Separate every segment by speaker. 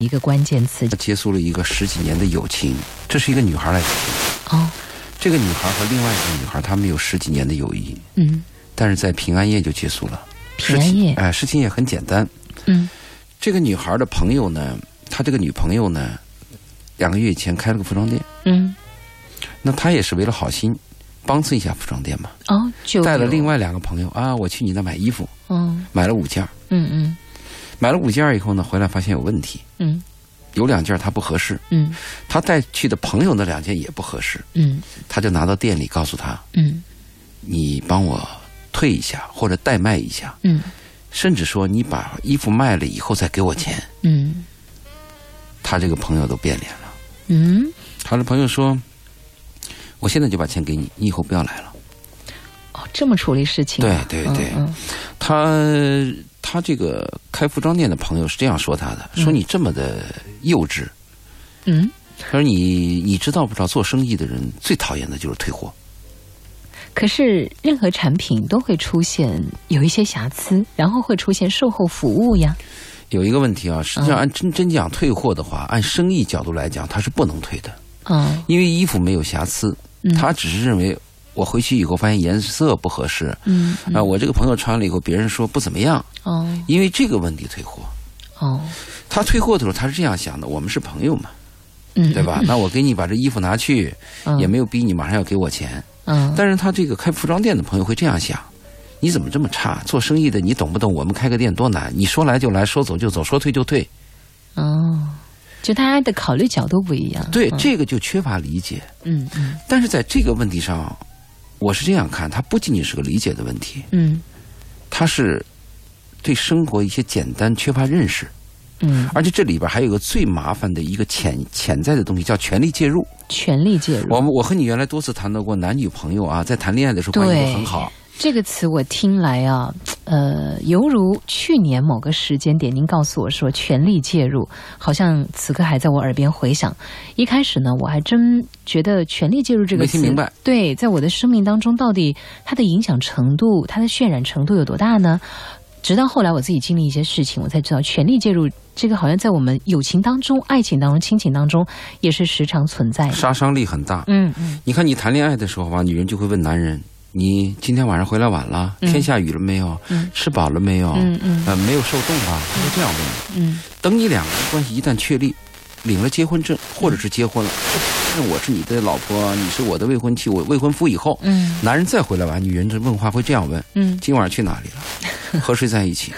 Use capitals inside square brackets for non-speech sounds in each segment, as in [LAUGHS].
Speaker 1: 一个关键词
Speaker 2: 她结束了一个十几年的友情，这是一个女孩来讲。
Speaker 1: 哦，
Speaker 2: 这个女孩和另外一个女孩，她们有十几年的友谊，
Speaker 1: 嗯
Speaker 2: 但是在平安夜就结束了。
Speaker 1: 平安夜
Speaker 2: 事情哎、事情也很简单。
Speaker 1: 嗯
Speaker 2: 这个女孩的朋友呢，她这个女朋友呢，两个月以前开了个服装店，
Speaker 1: 嗯，
Speaker 2: 那她也是为了好心，帮衬一下服装店嘛，
Speaker 1: 哦，就
Speaker 2: 带了另
Speaker 1: 外，
Speaker 2: 外两个朋友啊，我去你那买衣服，
Speaker 1: 嗯
Speaker 2: 买了五件儿，
Speaker 1: 嗯嗯
Speaker 2: 买了五件儿以后呢，回来发现有问题，
Speaker 1: 嗯
Speaker 2: 有两件儿她不合适，
Speaker 1: 嗯
Speaker 2: 她带去的朋友那两件也不合适，
Speaker 1: 嗯
Speaker 2: 她就拿到店里告诉她，
Speaker 1: 嗯
Speaker 2: 你帮我退一下或者代卖一下，
Speaker 1: 嗯
Speaker 2: 甚至说你把衣服卖了以后再给我钱。
Speaker 1: 嗯
Speaker 2: 她这个朋友都变脸了，
Speaker 1: 嗯，
Speaker 2: 她的朋友说，我现在就把钱给你，你以后不要来了。
Speaker 1: 哦，这么处理事情啊，
Speaker 2: 对对
Speaker 1: 嗯
Speaker 2: 对
Speaker 1: 嗯
Speaker 2: 她她这个开服装店的朋友是这样说她的，说你这么的幼稚，
Speaker 1: 嗯，
Speaker 2: 他说你你知道不知道做生意的人最讨厌的就是退货。
Speaker 1: 可是任何产品都会出现有一些瑕疵，然后会出现售后服务呀，
Speaker 2: 有一个问题啊，实际上按真真讲退货的话，按生意角度来讲，他是不能退的，
Speaker 1: 嗯
Speaker 2: 因为衣服没有瑕疵，
Speaker 1: 嗯
Speaker 2: 他只是认为我回去以后发现颜色不合适，
Speaker 1: 嗯
Speaker 2: 啊、我这个朋友穿了以后别人说不怎么样，
Speaker 1: 哦
Speaker 2: 因为这个问题退货。
Speaker 1: 哦
Speaker 2: 他退货的时候，他是这样想的：我们是朋友嘛，
Speaker 1: 嗯
Speaker 2: 对吧？那我给你把这衣服拿去，
Speaker 1: 嗯
Speaker 2: 也没有逼你马上要给我钱。
Speaker 1: 嗯
Speaker 2: 但是他这个开服装店的朋友会这样想：你怎么这么差？做生意的你懂不懂？我们开个店多难，你说来就来，说走就走，说退就退。
Speaker 1: 哦，就大家的考虑角度不一样，
Speaker 2: 对，
Speaker 1: 嗯
Speaker 2: 这个就缺乏理解。
Speaker 1: 嗯嗯
Speaker 2: 但是在这个问题上，我是这样看，它不仅仅是个理解的问题，
Speaker 1: 嗯
Speaker 2: 它是对生活一些简单缺乏认识，
Speaker 1: 嗯，
Speaker 2: 而且这里边还有一个最麻烦的一个潜潜在的东西，叫权力介入。
Speaker 1: 权力介入
Speaker 2: 我。们我和你原来多次谈到过男女朋友啊，在谈恋爱的时候
Speaker 1: 对
Speaker 2: 关系都很好，
Speaker 1: 这个词我听来啊，呃，犹如去年某个时间点，您告诉我说权力介入，好像此刻还在我耳边回响。一开始呢，我还真觉得权力介入这个
Speaker 2: 没
Speaker 1: 词，
Speaker 2: 听明白。
Speaker 1: 对，在我的生命当中，到底它的影响程度、它的渲染程度有多大呢？直到后来我自己经历一些事情，我才知道权力介入这个好像在我们友情当中、爱情当中、亲情当中也是时常存在的。
Speaker 2: 杀伤力很大。
Speaker 1: 嗯嗯
Speaker 2: 你看，你谈恋爱的时候吧，女人就会问男人：“你今天晚上回来晚了，
Speaker 1: 嗯
Speaker 2: 天下雨了没有？
Speaker 1: 嗯
Speaker 2: 吃饱了没有？
Speaker 1: 嗯嗯
Speaker 2: 呃，没有受冻吧？”他会这样问。
Speaker 1: 嗯
Speaker 2: 等你两个人关系一旦确立，领了结婚证，或者是结婚了，那我是你的老婆，你是我的未婚妻，我未婚夫以后，
Speaker 1: 嗯
Speaker 2: 男人再回来玩，女人这问话会这样问：“
Speaker 1: 嗯
Speaker 2: 今晚上去哪里
Speaker 1: [LAUGHS]
Speaker 2: 了？和谁在一起？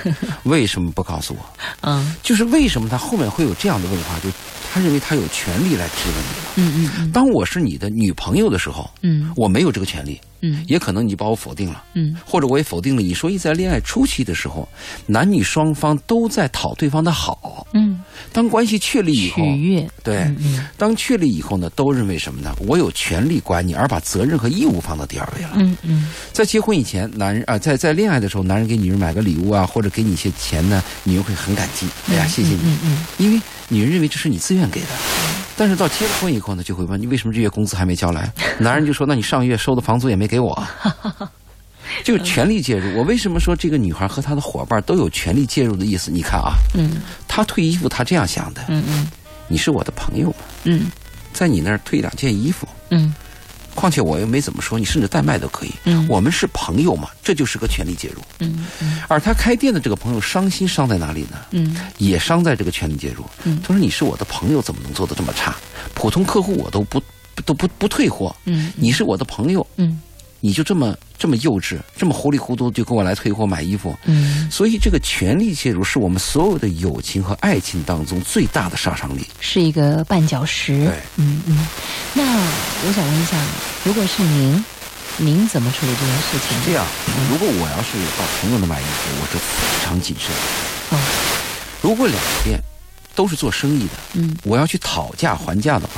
Speaker 2: 为什么不告诉我？”
Speaker 1: 嗯
Speaker 2: 就是为什么他后面会有这样的问话，就他认为他有权利来质问你。
Speaker 1: 嗯嗯
Speaker 2: 当我是你的女朋友的时候，
Speaker 1: 嗯
Speaker 2: 我没有这个权利，
Speaker 1: 嗯
Speaker 2: 也可能你把我否定了，
Speaker 1: 嗯。
Speaker 2: 或者我也否定了你。所以在恋爱初期的时候，男女双方都在讨对方的好。
Speaker 1: 嗯，
Speaker 2: 当关系确立以后，
Speaker 1: 取悦，
Speaker 2: 对
Speaker 1: 嗯，嗯
Speaker 2: 当确立以后呢，都认为什么呢？我有权利管你，而把责任和义务放到第二位了。
Speaker 1: 嗯嗯
Speaker 2: 在结婚以前，男人啊、在在恋爱的时候，男人给女人买个礼物啊，或者给你一些钱呢，女人会很感激。哎呀，谢谢你，
Speaker 1: 嗯嗯
Speaker 2: 因为女人认为这是你自愿给的。但是到结了婚以后呢，就会问你为什么这月工资还没交来？男人就说：“那你上月收的房租也没给我。”
Speaker 1: [LAUGHS]
Speaker 2: 就权力介入。我为什么说这个女孩和她的伙伴都有权力介入的意思？你看啊，
Speaker 1: 嗯
Speaker 2: 她退衣服，她这样想的：
Speaker 1: 嗯嗯
Speaker 2: 你是我的朋友嘛，
Speaker 1: 嗯
Speaker 2: 在你那儿退两件衣服，
Speaker 1: 嗯
Speaker 2: 况且我又没怎么说你，甚至代卖都可以。
Speaker 1: 嗯
Speaker 2: 我们是朋友嘛，这就是个权力介入。
Speaker 1: 嗯
Speaker 2: 而她开店的这个朋友伤心伤在哪里呢？
Speaker 1: 嗯
Speaker 2: 也伤在这个权力介入。
Speaker 1: 嗯
Speaker 2: 他说：“你是我的朋友，怎么能做的这么差？普通客户我都不都不不退货，
Speaker 1: 嗯
Speaker 2: 你是我的朋友，
Speaker 1: 嗯
Speaker 2: 你就这么这么幼稚，这么糊里糊涂就给我来退货买衣服。
Speaker 1: 嗯，
Speaker 2: 所以这个权力介入是我们所有的友情和爱情当中最大的杀伤力。
Speaker 1: 是一个绊脚石，
Speaker 2: 对
Speaker 1: 嗯嗯。那我想问一下，如果是您，您怎么处理这件事情？
Speaker 2: 这样，如果我要是到朋友那买衣服，我是非常谨慎。
Speaker 1: 哦，
Speaker 2: 如果两个店都是做生意的，
Speaker 1: 嗯
Speaker 2: 我要去讨价还价的话，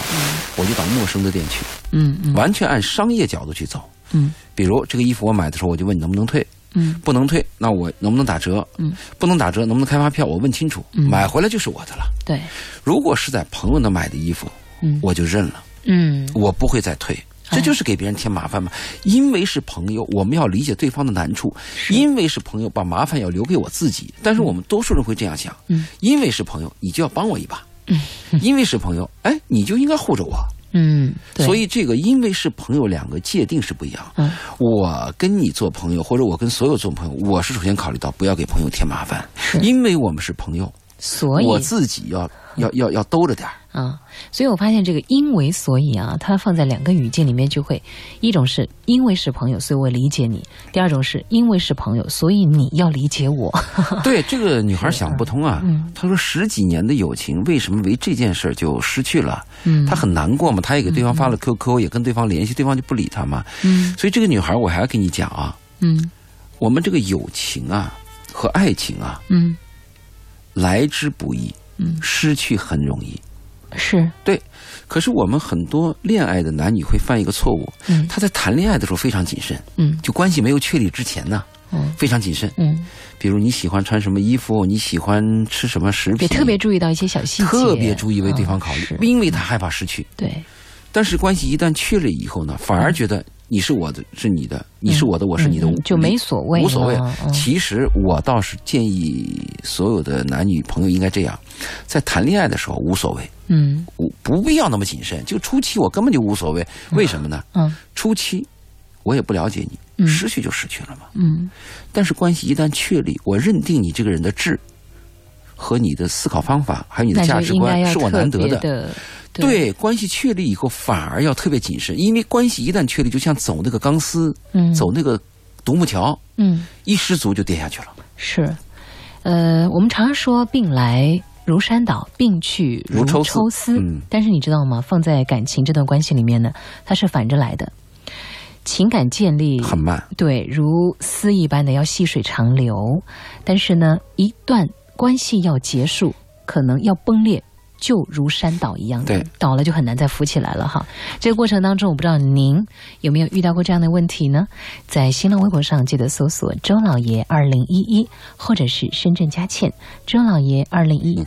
Speaker 2: 我就到陌生的店去，
Speaker 1: 嗯嗯
Speaker 2: 完全按商业角度去走。
Speaker 1: 嗯
Speaker 2: 比如这个衣服我买的时候，我就问你能不能退，
Speaker 1: 嗯
Speaker 2: 不能退，那我能不能打折？
Speaker 1: 嗯，
Speaker 2: 不能打折，能不能开发票？我问清楚，
Speaker 1: 嗯
Speaker 2: 买回来就是我的了。
Speaker 1: 对，
Speaker 2: 如果是在朋友那买的衣服，
Speaker 1: 嗯
Speaker 2: 我就认了，
Speaker 1: 嗯
Speaker 2: 我不会再退。
Speaker 1: 哎
Speaker 2: 这就是给别人添麻烦嘛，因为是朋友，我们要理解对方的难处，因为是朋友，把麻烦要留给我自己。但是我们多数人会这样想，
Speaker 1: 嗯
Speaker 2: 因为是朋友，你就要帮我一把， [LAUGHS] 因为是朋友，哎，你就应该护着我。
Speaker 1: 嗯，对
Speaker 2: 所以这个因为是朋友，两个界定是不一样。
Speaker 1: 嗯
Speaker 2: 我跟你做朋友，或者我跟所有做朋友，我是首先考虑到不要给朋友添麻烦，因为我们是朋友，
Speaker 1: 所以
Speaker 2: 我自己要要要要兜着点儿。
Speaker 1: 啊，所以我发现这个因为所以啊，它放在两个语境里面就会，一种是因为是朋友，所以我理解你；第二种是因为是朋友，所以你要理解我。 [LAUGHS]
Speaker 2: 对，这个女孩想不通
Speaker 1: 嗯
Speaker 2: 啊。她说十几年的友情，为什么为这件事儿就失去了？
Speaker 1: 嗯
Speaker 2: 她很难过嘛，她也给对方发了 QQ，也跟对方联系，对方就不理她嘛。
Speaker 1: 嗯
Speaker 2: 所以这个女孩，我还要跟你讲啊，
Speaker 1: 嗯
Speaker 2: 我们这个友情啊和爱情啊，
Speaker 1: 嗯，
Speaker 2: 来之不易，
Speaker 1: 嗯
Speaker 2: 失去很容易。
Speaker 1: 是，
Speaker 2: 对，可是我们很多恋爱的男女会犯一个错误，
Speaker 1: 嗯
Speaker 2: 他在谈恋爱的时候非常谨慎，
Speaker 1: 嗯
Speaker 2: 就关系没有确立之前呢，
Speaker 1: 嗯
Speaker 2: 非常谨慎。
Speaker 1: 嗯，
Speaker 2: 比如你喜欢穿什么衣服，你喜欢吃什么食品，
Speaker 1: 别特别注意到一些小细节，
Speaker 2: 特别注意为对方考虑，
Speaker 1: 啊是
Speaker 2: 因为他害怕失去。
Speaker 1: 对，
Speaker 2: 但是关系一旦确立以后呢，反而觉得你是我的，是你的，你是我的，我是你的，
Speaker 1: 嗯就没所谓了，
Speaker 2: 无所谓
Speaker 1: 嗯。
Speaker 2: 其实我倒是建议所有的男女朋友应该这样，在谈恋爱的时候无所谓。
Speaker 1: 嗯
Speaker 2: 我不必要那么谨慎。就初期我根本就无所谓，为什么呢？
Speaker 1: 嗯
Speaker 2: 初期我也不了解你，失去就失去了嘛。
Speaker 1: 嗯
Speaker 2: 但是关系一旦确立，我认定你这个人的质和你的思考方法，还有你的
Speaker 1: 那
Speaker 2: 价
Speaker 1: 就
Speaker 2: 值
Speaker 1: 应该
Speaker 2: 观，
Speaker 1: 要
Speaker 2: 是我
Speaker 1: 特
Speaker 2: 难得
Speaker 1: 别
Speaker 2: 的。
Speaker 1: 的，对，
Speaker 2: 对关系确立以后，反而要特别谨慎，因为关系一旦确立，就像走那个钢丝，
Speaker 1: 嗯
Speaker 2: 走那个独木桥，
Speaker 1: 嗯。
Speaker 2: 一失足就跌下去了。
Speaker 1: 是，呃，我们常说病来如山倒，病去
Speaker 2: 如
Speaker 1: 抽
Speaker 2: 抽
Speaker 1: 丝。
Speaker 2: 丝嗯
Speaker 1: 但是你知道吗？放在感情这段关系里面呢，它是反着来的。情感建立
Speaker 2: 很慢，
Speaker 1: 对，如丝一般的要细水长流，但是呢，一段关系要结束，可能要崩裂。就如山倒一样的
Speaker 2: 对，
Speaker 1: 倒了就很难再扶起来了哈。这个过程当中，我不知道您有没有遇到过这样的问题呢？在新浪微博上记得搜索“周老爷二零一一”或者是“深圳佳倩周老爷二零一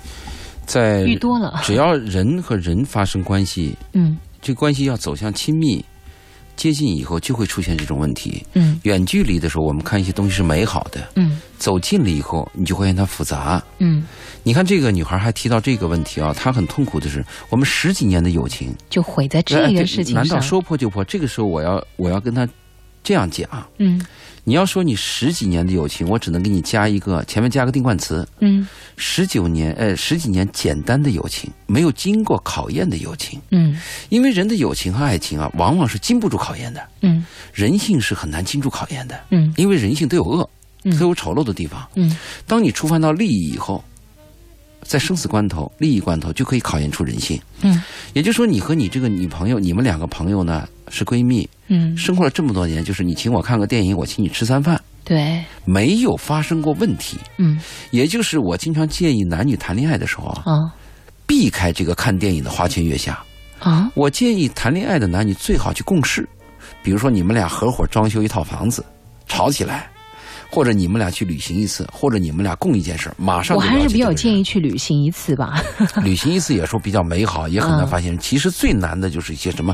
Speaker 2: 在”，
Speaker 1: 遇多了，
Speaker 2: 只要人和人发生关系，
Speaker 1: 嗯
Speaker 2: 这关系要走向亲密、接近以后，就会出现这种问题。
Speaker 1: 嗯
Speaker 2: 远距离的时候，我们看一些东西是美好的；
Speaker 1: 嗯
Speaker 2: 走近了以后，你就会让它复杂。
Speaker 1: 嗯，
Speaker 2: 你看这个女孩还提到这个问题啊，她很痛苦的是，我们十几年的友情，
Speaker 1: 就毁在
Speaker 2: 哎
Speaker 1: 这
Speaker 2: 对
Speaker 1: 个事情
Speaker 2: 难道
Speaker 1: 上，
Speaker 2: 说破就破？这个时候，我要我要跟她这样讲：啊
Speaker 1: 嗯
Speaker 2: 你要说你十几年的友情，我只能给你加一个前面加个定冠词，
Speaker 1: 嗯
Speaker 2: 十九年，呃，十几年简单的友情，没有经过考验的友情。
Speaker 1: 嗯
Speaker 2: 因为人的友情和爱情啊，往往是经不住考验的。
Speaker 1: 嗯
Speaker 2: 人性是很难经住考验的，
Speaker 1: 嗯
Speaker 2: 因为人性都有恶，
Speaker 1: 嗯
Speaker 2: 都有丑陋的地方。
Speaker 1: 嗯
Speaker 2: 当你触犯到利益以后，在生死关头、利益关头，就可以考验出人性。
Speaker 1: 嗯
Speaker 2: 也就是说，你和你这个女朋友，你们两个朋友呢是闺蜜，
Speaker 1: 嗯，
Speaker 2: 生活了这么多年，就是你请我看个电影，我请你吃餐饭，
Speaker 1: 对，
Speaker 2: 没有发生过问题。
Speaker 1: 嗯
Speaker 2: 也就是我经常建议男女谈恋爱的时候啊，
Speaker 1: 啊
Speaker 2: 避开这个看电影的花前月下。
Speaker 1: 啊，
Speaker 2: 我建议谈恋爱的男女最好去共事，比如说你们俩合伙装修一套房子，吵起来，或者你们俩去旅行一次，或者你们俩共一件事儿，马上
Speaker 1: 我
Speaker 2: 就了解
Speaker 1: 还是比较建
Speaker 2: 议
Speaker 1: 议去旅行一次吧。
Speaker 2: 旅行一次也说比较美好，也很
Speaker 1: 嗯
Speaker 2: 难发现。其实最难的就是一些什么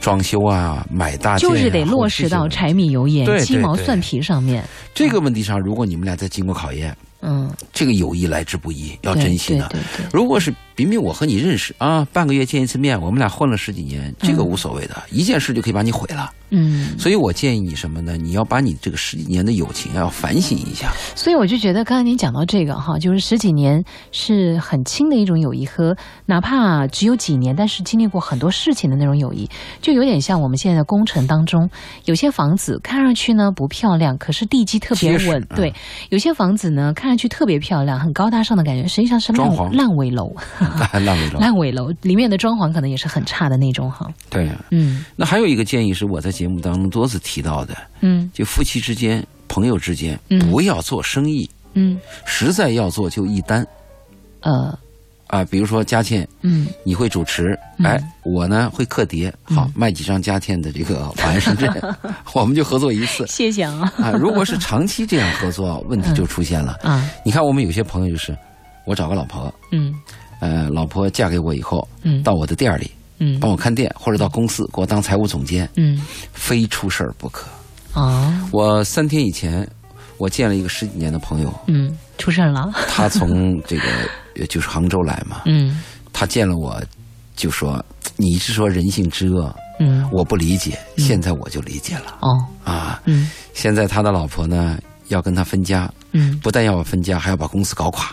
Speaker 2: 装修啊、
Speaker 1: [LAUGHS]
Speaker 2: 买大件、啊，
Speaker 1: 就是得落
Speaker 2: 后续
Speaker 1: 实
Speaker 2: 这
Speaker 1: 到嗯
Speaker 2: 种
Speaker 1: 柴米油盐、
Speaker 2: 对对
Speaker 1: 鸡毛蒜皮上面。
Speaker 2: 这个问题上，如果你们俩再经过考验，
Speaker 1: 嗯，
Speaker 2: 这个友谊来之不易，要
Speaker 1: 对
Speaker 2: 珍惜呢。
Speaker 1: 对对
Speaker 2: 如果是明明我和你认识啊，半个月见一次面，我们俩混了十几年，这个
Speaker 1: 嗯
Speaker 2: 无所谓的，一件事就可以把你毁了。
Speaker 1: 对，嗯，
Speaker 2: 所以我建议你什么呢？你要把你这个十几年的友情啊，要反省
Speaker 1: [LAUGHS]
Speaker 2: 一下。
Speaker 1: 所以我就觉得刚才您讲到这个哈，就是十几年是很亲的一种友谊，和哪怕只有几年，但是经历过很多事情的那种友谊，就有点像我们现在的工程当中，有些房子看上去呢不漂亮，可是地基特别
Speaker 2: 结实
Speaker 1: 稳，
Speaker 2: 嗯
Speaker 1: 对；有些房子呢看上去特别漂亮，很高大上的感觉，实际上是
Speaker 2: 装
Speaker 1: 烂
Speaker 2: 潢
Speaker 1: 烂尾楼，
Speaker 2: 烂尾楼。
Speaker 1: 烂尾楼里面的装潢可能也是很差的那种哈。
Speaker 2: 对、
Speaker 1: 嗯
Speaker 2: 那还有一个建议是我在节目当中多次提到的，
Speaker 1: 嗯
Speaker 2: 就夫妻之间、朋友之间
Speaker 1: 嗯，
Speaker 2: 不要做生意，
Speaker 1: 嗯，
Speaker 2: 实在要做就一单
Speaker 1: 呃
Speaker 2: 啊。比如说佳倩，
Speaker 1: 嗯。
Speaker 2: 你会主持，哎，我呢会刻碟，好卖几张佳倩的这个晚安深圳，我们就合作一次
Speaker 1: 谢谢啊
Speaker 2: 啊。如果是长期这样合作，问题就出现了。
Speaker 1: 啊，
Speaker 2: 你看，我们有些朋友就是，我找个老婆，
Speaker 1: 嗯
Speaker 2: 呃，老婆嫁给我以后，
Speaker 1: 嗯
Speaker 2: 到我的店儿里。
Speaker 1: 嗯
Speaker 2: 帮我看店，或者到公司给我当财务总监，
Speaker 1: 嗯
Speaker 2: 非出事儿不可。
Speaker 1: 啊
Speaker 2: 我三天以前，我见了一个十几年的朋友，
Speaker 1: 嗯，出事儿了，
Speaker 2: [LAUGHS] 他从这个呃就是杭州来嘛，
Speaker 1: 嗯
Speaker 2: 他见了我就说：“你是说人性之恶？
Speaker 1: 嗯，
Speaker 2: 我不理解，现在我就理解了
Speaker 1: 哦，
Speaker 2: 啊！
Speaker 1: 嗯
Speaker 2: 现在他的老婆呢要跟他分家，
Speaker 1: 嗯
Speaker 2: 不但要分家，还要把公司搞
Speaker 1: [LAUGHS]
Speaker 2: 垮。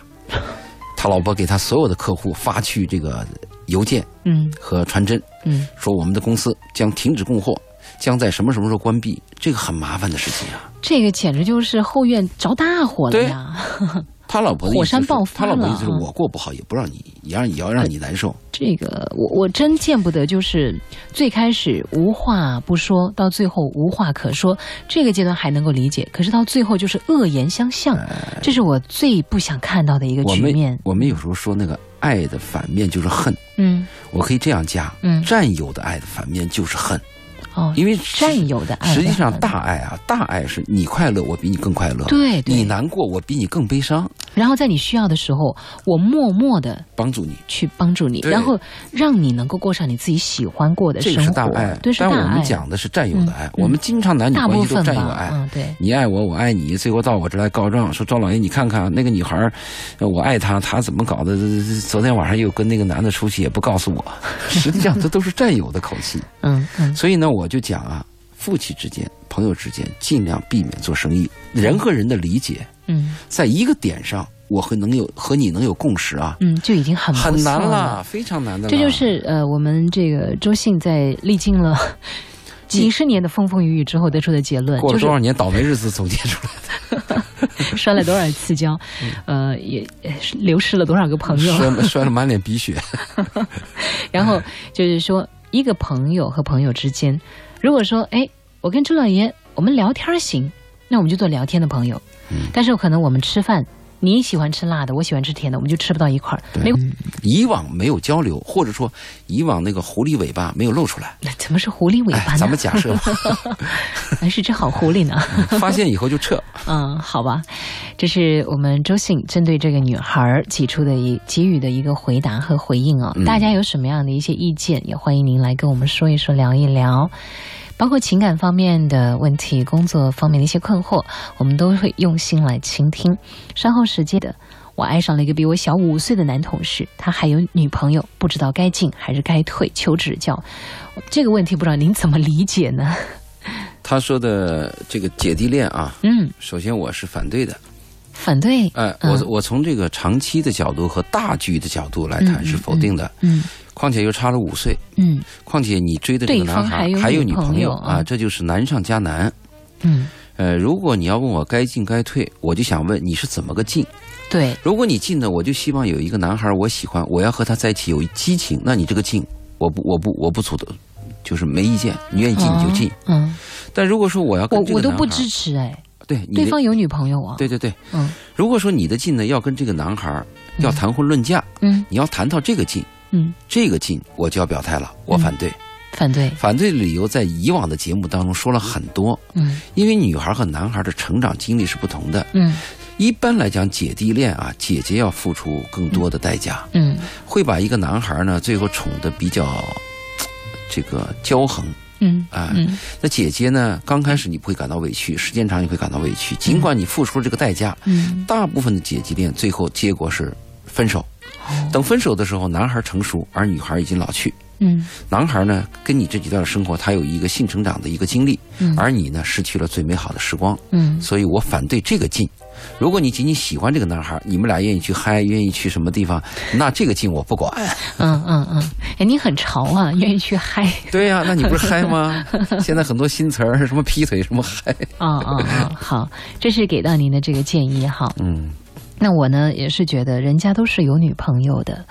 Speaker 2: 他老婆给他所有的客户发去这个邮件
Speaker 1: 嗯
Speaker 2: 和传真，
Speaker 1: 嗯，
Speaker 2: 说我们的公司将停止供货，将在什么什么时候关闭，这个很麻烦的事情啊。
Speaker 1: 这个简直就是后院着大火了呀！
Speaker 2: 他老婆的意思是
Speaker 1: 火山爆发
Speaker 2: 他老婆的意思是
Speaker 1: 了啊
Speaker 2: 我过不好，也不让你，也让也要让你难受。
Speaker 1: 这个我我真见不得，就是最开始无话不说，到最后无话可说，这个阶段还能够理解，可是到最后就是恶言相向，这是我最不想看到的一个
Speaker 2: 我
Speaker 1: 局面
Speaker 2: 们。我们有时候说那个爱的反面就是恨，
Speaker 1: 嗯
Speaker 2: 我可以这样加，
Speaker 1: 嗯，
Speaker 2: 占有的爱的反面就是恨，
Speaker 1: 哦，
Speaker 2: 因为
Speaker 1: 占有的爱，
Speaker 2: 实际上大爱啊，大爱是你快乐，我比你更快乐；
Speaker 1: 对对
Speaker 2: 你难过，我比你更悲伤，
Speaker 1: 然后在你需要的时候，我默默的
Speaker 2: 帮助你。
Speaker 1: 去帮助你，
Speaker 2: 对
Speaker 1: 然后让你能够过上你自己喜欢过的
Speaker 2: 这
Speaker 1: 生
Speaker 2: 个
Speaker 1: 活。
Speaker 2: 是大爱，
Speaker 1: 对，是
Speaker 2: 但
Speaker 1: 大
Speaker 2: 我
Speaker 1: 爱
Speaker 2: 们。讲的是占有的爱。
Speaker 1: 嗯
Speaker 2: 我们经常男女
Speaker 1: 大
Speaker 2: 关
Speaker 1: 部
Speaker 2: 系都
Speaker 1: 分
Speaker 2: 占有
Speaker 1: 吧，
Speaker 2: 爱，
Speaker 1: 嗯，对，
Speaker 2: 你爱我，我爱你，最后到我这儿来告状，说周老爷，你看看那个女孩儿，呃我爱她，她怎么搞的？呃昨天晚上又跟那个男的出去，也不告诉我。 [LAUGHS] 实际上，这都是占有的口
Speaker 1: [LAUGHS]
Speaker 2: 气。
Speaker 1: 嗯嗯
Speaker 2: 所以呢，我就讲啊，夫妻之间、朋友之间，尽量避免做生意。人和人的理解，
Speaker 1: 嗯
Speaker 2: 在一个点上，我和能有和你能有共识啊，
Speaker 1: 嗯，就已经很不
Speaker 2: 很难
Speaker 1: 错啊
Speaker 2: 啦，非常难的啦。
Speaker 1: 这就是呃，我们这个周信在历经
Speaker 2: [LAUGHS]
Speaker 1: 了几十年的风风雨雨之后得出的结论，
Speaker 2: 过
Speaker 1: 就
Speaker 2: 了
Speaker 1: 是
Speaker 2: 多少年倒霉日子总结出来
Speaker 1: 摔了多少次
Speaker 2: [LAUGHS]
Speaker 1: 跤，呃，也也是流失了多少个朋友
Speaker 2: 的，，嗯摔 [LAUGHS] 摔了满脸鼻血。
Speaker 1: 然后就是说，一个朋友和朋友之间，如果说，哎，我跟周老爷我们聊天儿行，那我们就做聊天的朋友。
Speaker 2: 嗯
Speaker 1: 但是可能我们吃饭，你喜欢吃辣的，我喜欢吃甜的，我们就吃不到一块儿。没，
Speaker 2: 以往没有交流，或者说以往那个狐狸尾巴没有露出来。
Speaker 1: 那怎么是狐狸尾巴
Speaker 2: 哎，
Speaker 1: 呢
Speaker 2: 咱？们假设吧， [LAUGHS]
Speaker 1: 还是只好狐狸呢？
Speaker 2: 发现以后就撤。
Speaker 1: 嗯，好吧，这是我们周信针对这个女孩儿提出的一给予的一个回答和回应啊、
Speaker 2: 嗯
Speaker 1: 大家有什么样的一些意见，也欢迎您来跟我们说一说、聊一聊，包括情感方面的问题、工作方面的一些困惑，我们都会用心来倾听。稍后时间的。我爱上了一个比我小五岁的男同事，他还有女朋友，不知道该进还是该退，求指教。这个问题不知道您怎么理解呢？
Speaker 2: 他说的这个姐弟恋啊，
Speaker 1: 嗯，
Speaker 2: 首先我是反对的。
Speaker 1: 反对，
Speaker 2: 哎，
Speaker 1: 嗯
Speaker 2: 我我从这个长期的角度和大局的角度来
Speaker 1: 嗯
Speaker 2: 谈
Speaker 1: 嗯
Speaker 2: 是否定的。
Speaker 1: 嗯
Speaker 2: 况且又差了五岁，
Speaker 1: 嗯
Speaker 2: 况且你追的这个男孩
Speaker 1: 对方还有
Speaker 2: 还有
Speaker 1: 女
Speaker 2: 女
Speaker 1: 朋
Speaker 2: 朋
Speaker 1: 友
Speaker 2: 友
Speaker 1: 啊
Speaker 2: 啊，这就是难上加难。
Speaker 1: 嗯，
Speaker 2: 呃，如果你要问我该进该退，我就想问你是怎么个进？
Speaker 1: 对，
Speaker 2: 如果你进呢，我就希望有一个男孩我喜欢，我要和他在一起有激情，那你这个进，我不我不我不阻的，就是没意见，你愿意进你就进。
Speaker 1: 嗯，
Speaker 2: 但如果说我要
Speaker 1: 我
Speaker 2: 跟这个
Speaker 1: 我
Speaker 2: 男
Speaker 1: 都
Speaker 2: 孩，
Speaker 1: 不支持哎，
Speaker 2: 对你的
Speaker 1: 对方有女朋友啊，
Speaker 2: 对对对，
Speaker 1: 嗯
Speaker 2: 如果说你的进呢要跟这个男孩要谈婚论嫁，
Speaker 1: 嗯
Speaker 2: 你要谈到这个进，
Speaker 1: 嗯，
Speaker 2: 这个进我就要表态了，我
Speaker 1: 嗯
Speaker 2: 反对。
Speaker 1: 反对，
Speaker 2: 反对的理由在以往的节目当中说了很多，
Speaker 1: 嗯
Speaker 2: 因为女孩和男孩的成长经历是不同的。
Speaker 1: 嗯
Speaker 2: 一般来讲，姐弟恋啊，姐姐要付出更多的代价，
Speaker 1: 嗯
Speaker 2: 会把一个男孩呢最后宠得比较嘖这个骄横
Speaker 1: 嗯
Speaker 2: 啊。
Speaker 1: 嗯
Speaker 2: 那姐姐呢，刚开始你不会感到委屈，时间长你会感到委屈，尽管你付出了这个代价，
Speaker 1: 嗯，
Speaker 2: 大部分的姐弟恋最后结果是分手。
Speaker 1: 哦
Speaker 2: 等分手的时候，男孩成熟，而女孩已经老去。
Speaker 1: 嗯
Speaker 2: 男孩呢，跟你这几段生活，他有一个性成长的一个经历，
Speaker 1: 嗯
Speaker 2: 而你呢，失去了最美好的时光。
Speaker 1: 嗯
Speaker 2: 所以我反对这个进。如果你仅仅喜欢这个男孩，你们俩愿意去嗨，愿意去什么地方，那这个进我不管。
Speaker 1: 嗯嗯嗯，哎，你很潮
Speaker 2: 嗯
Speaker 1: 啊，愿意去嗨 [LAUGHS]
Speaker 2: 对呀、那你不是嗨吗？ [LAUGHS] 现在很多新词儿，什么劈腿，什么嗨。
Speaker 1: 啊啊啊，好，这是给到您的这个建议哈。
Speaker 2: 嗯，
Speaker 1: 那我呢也是觉得人家都是有女朋友的，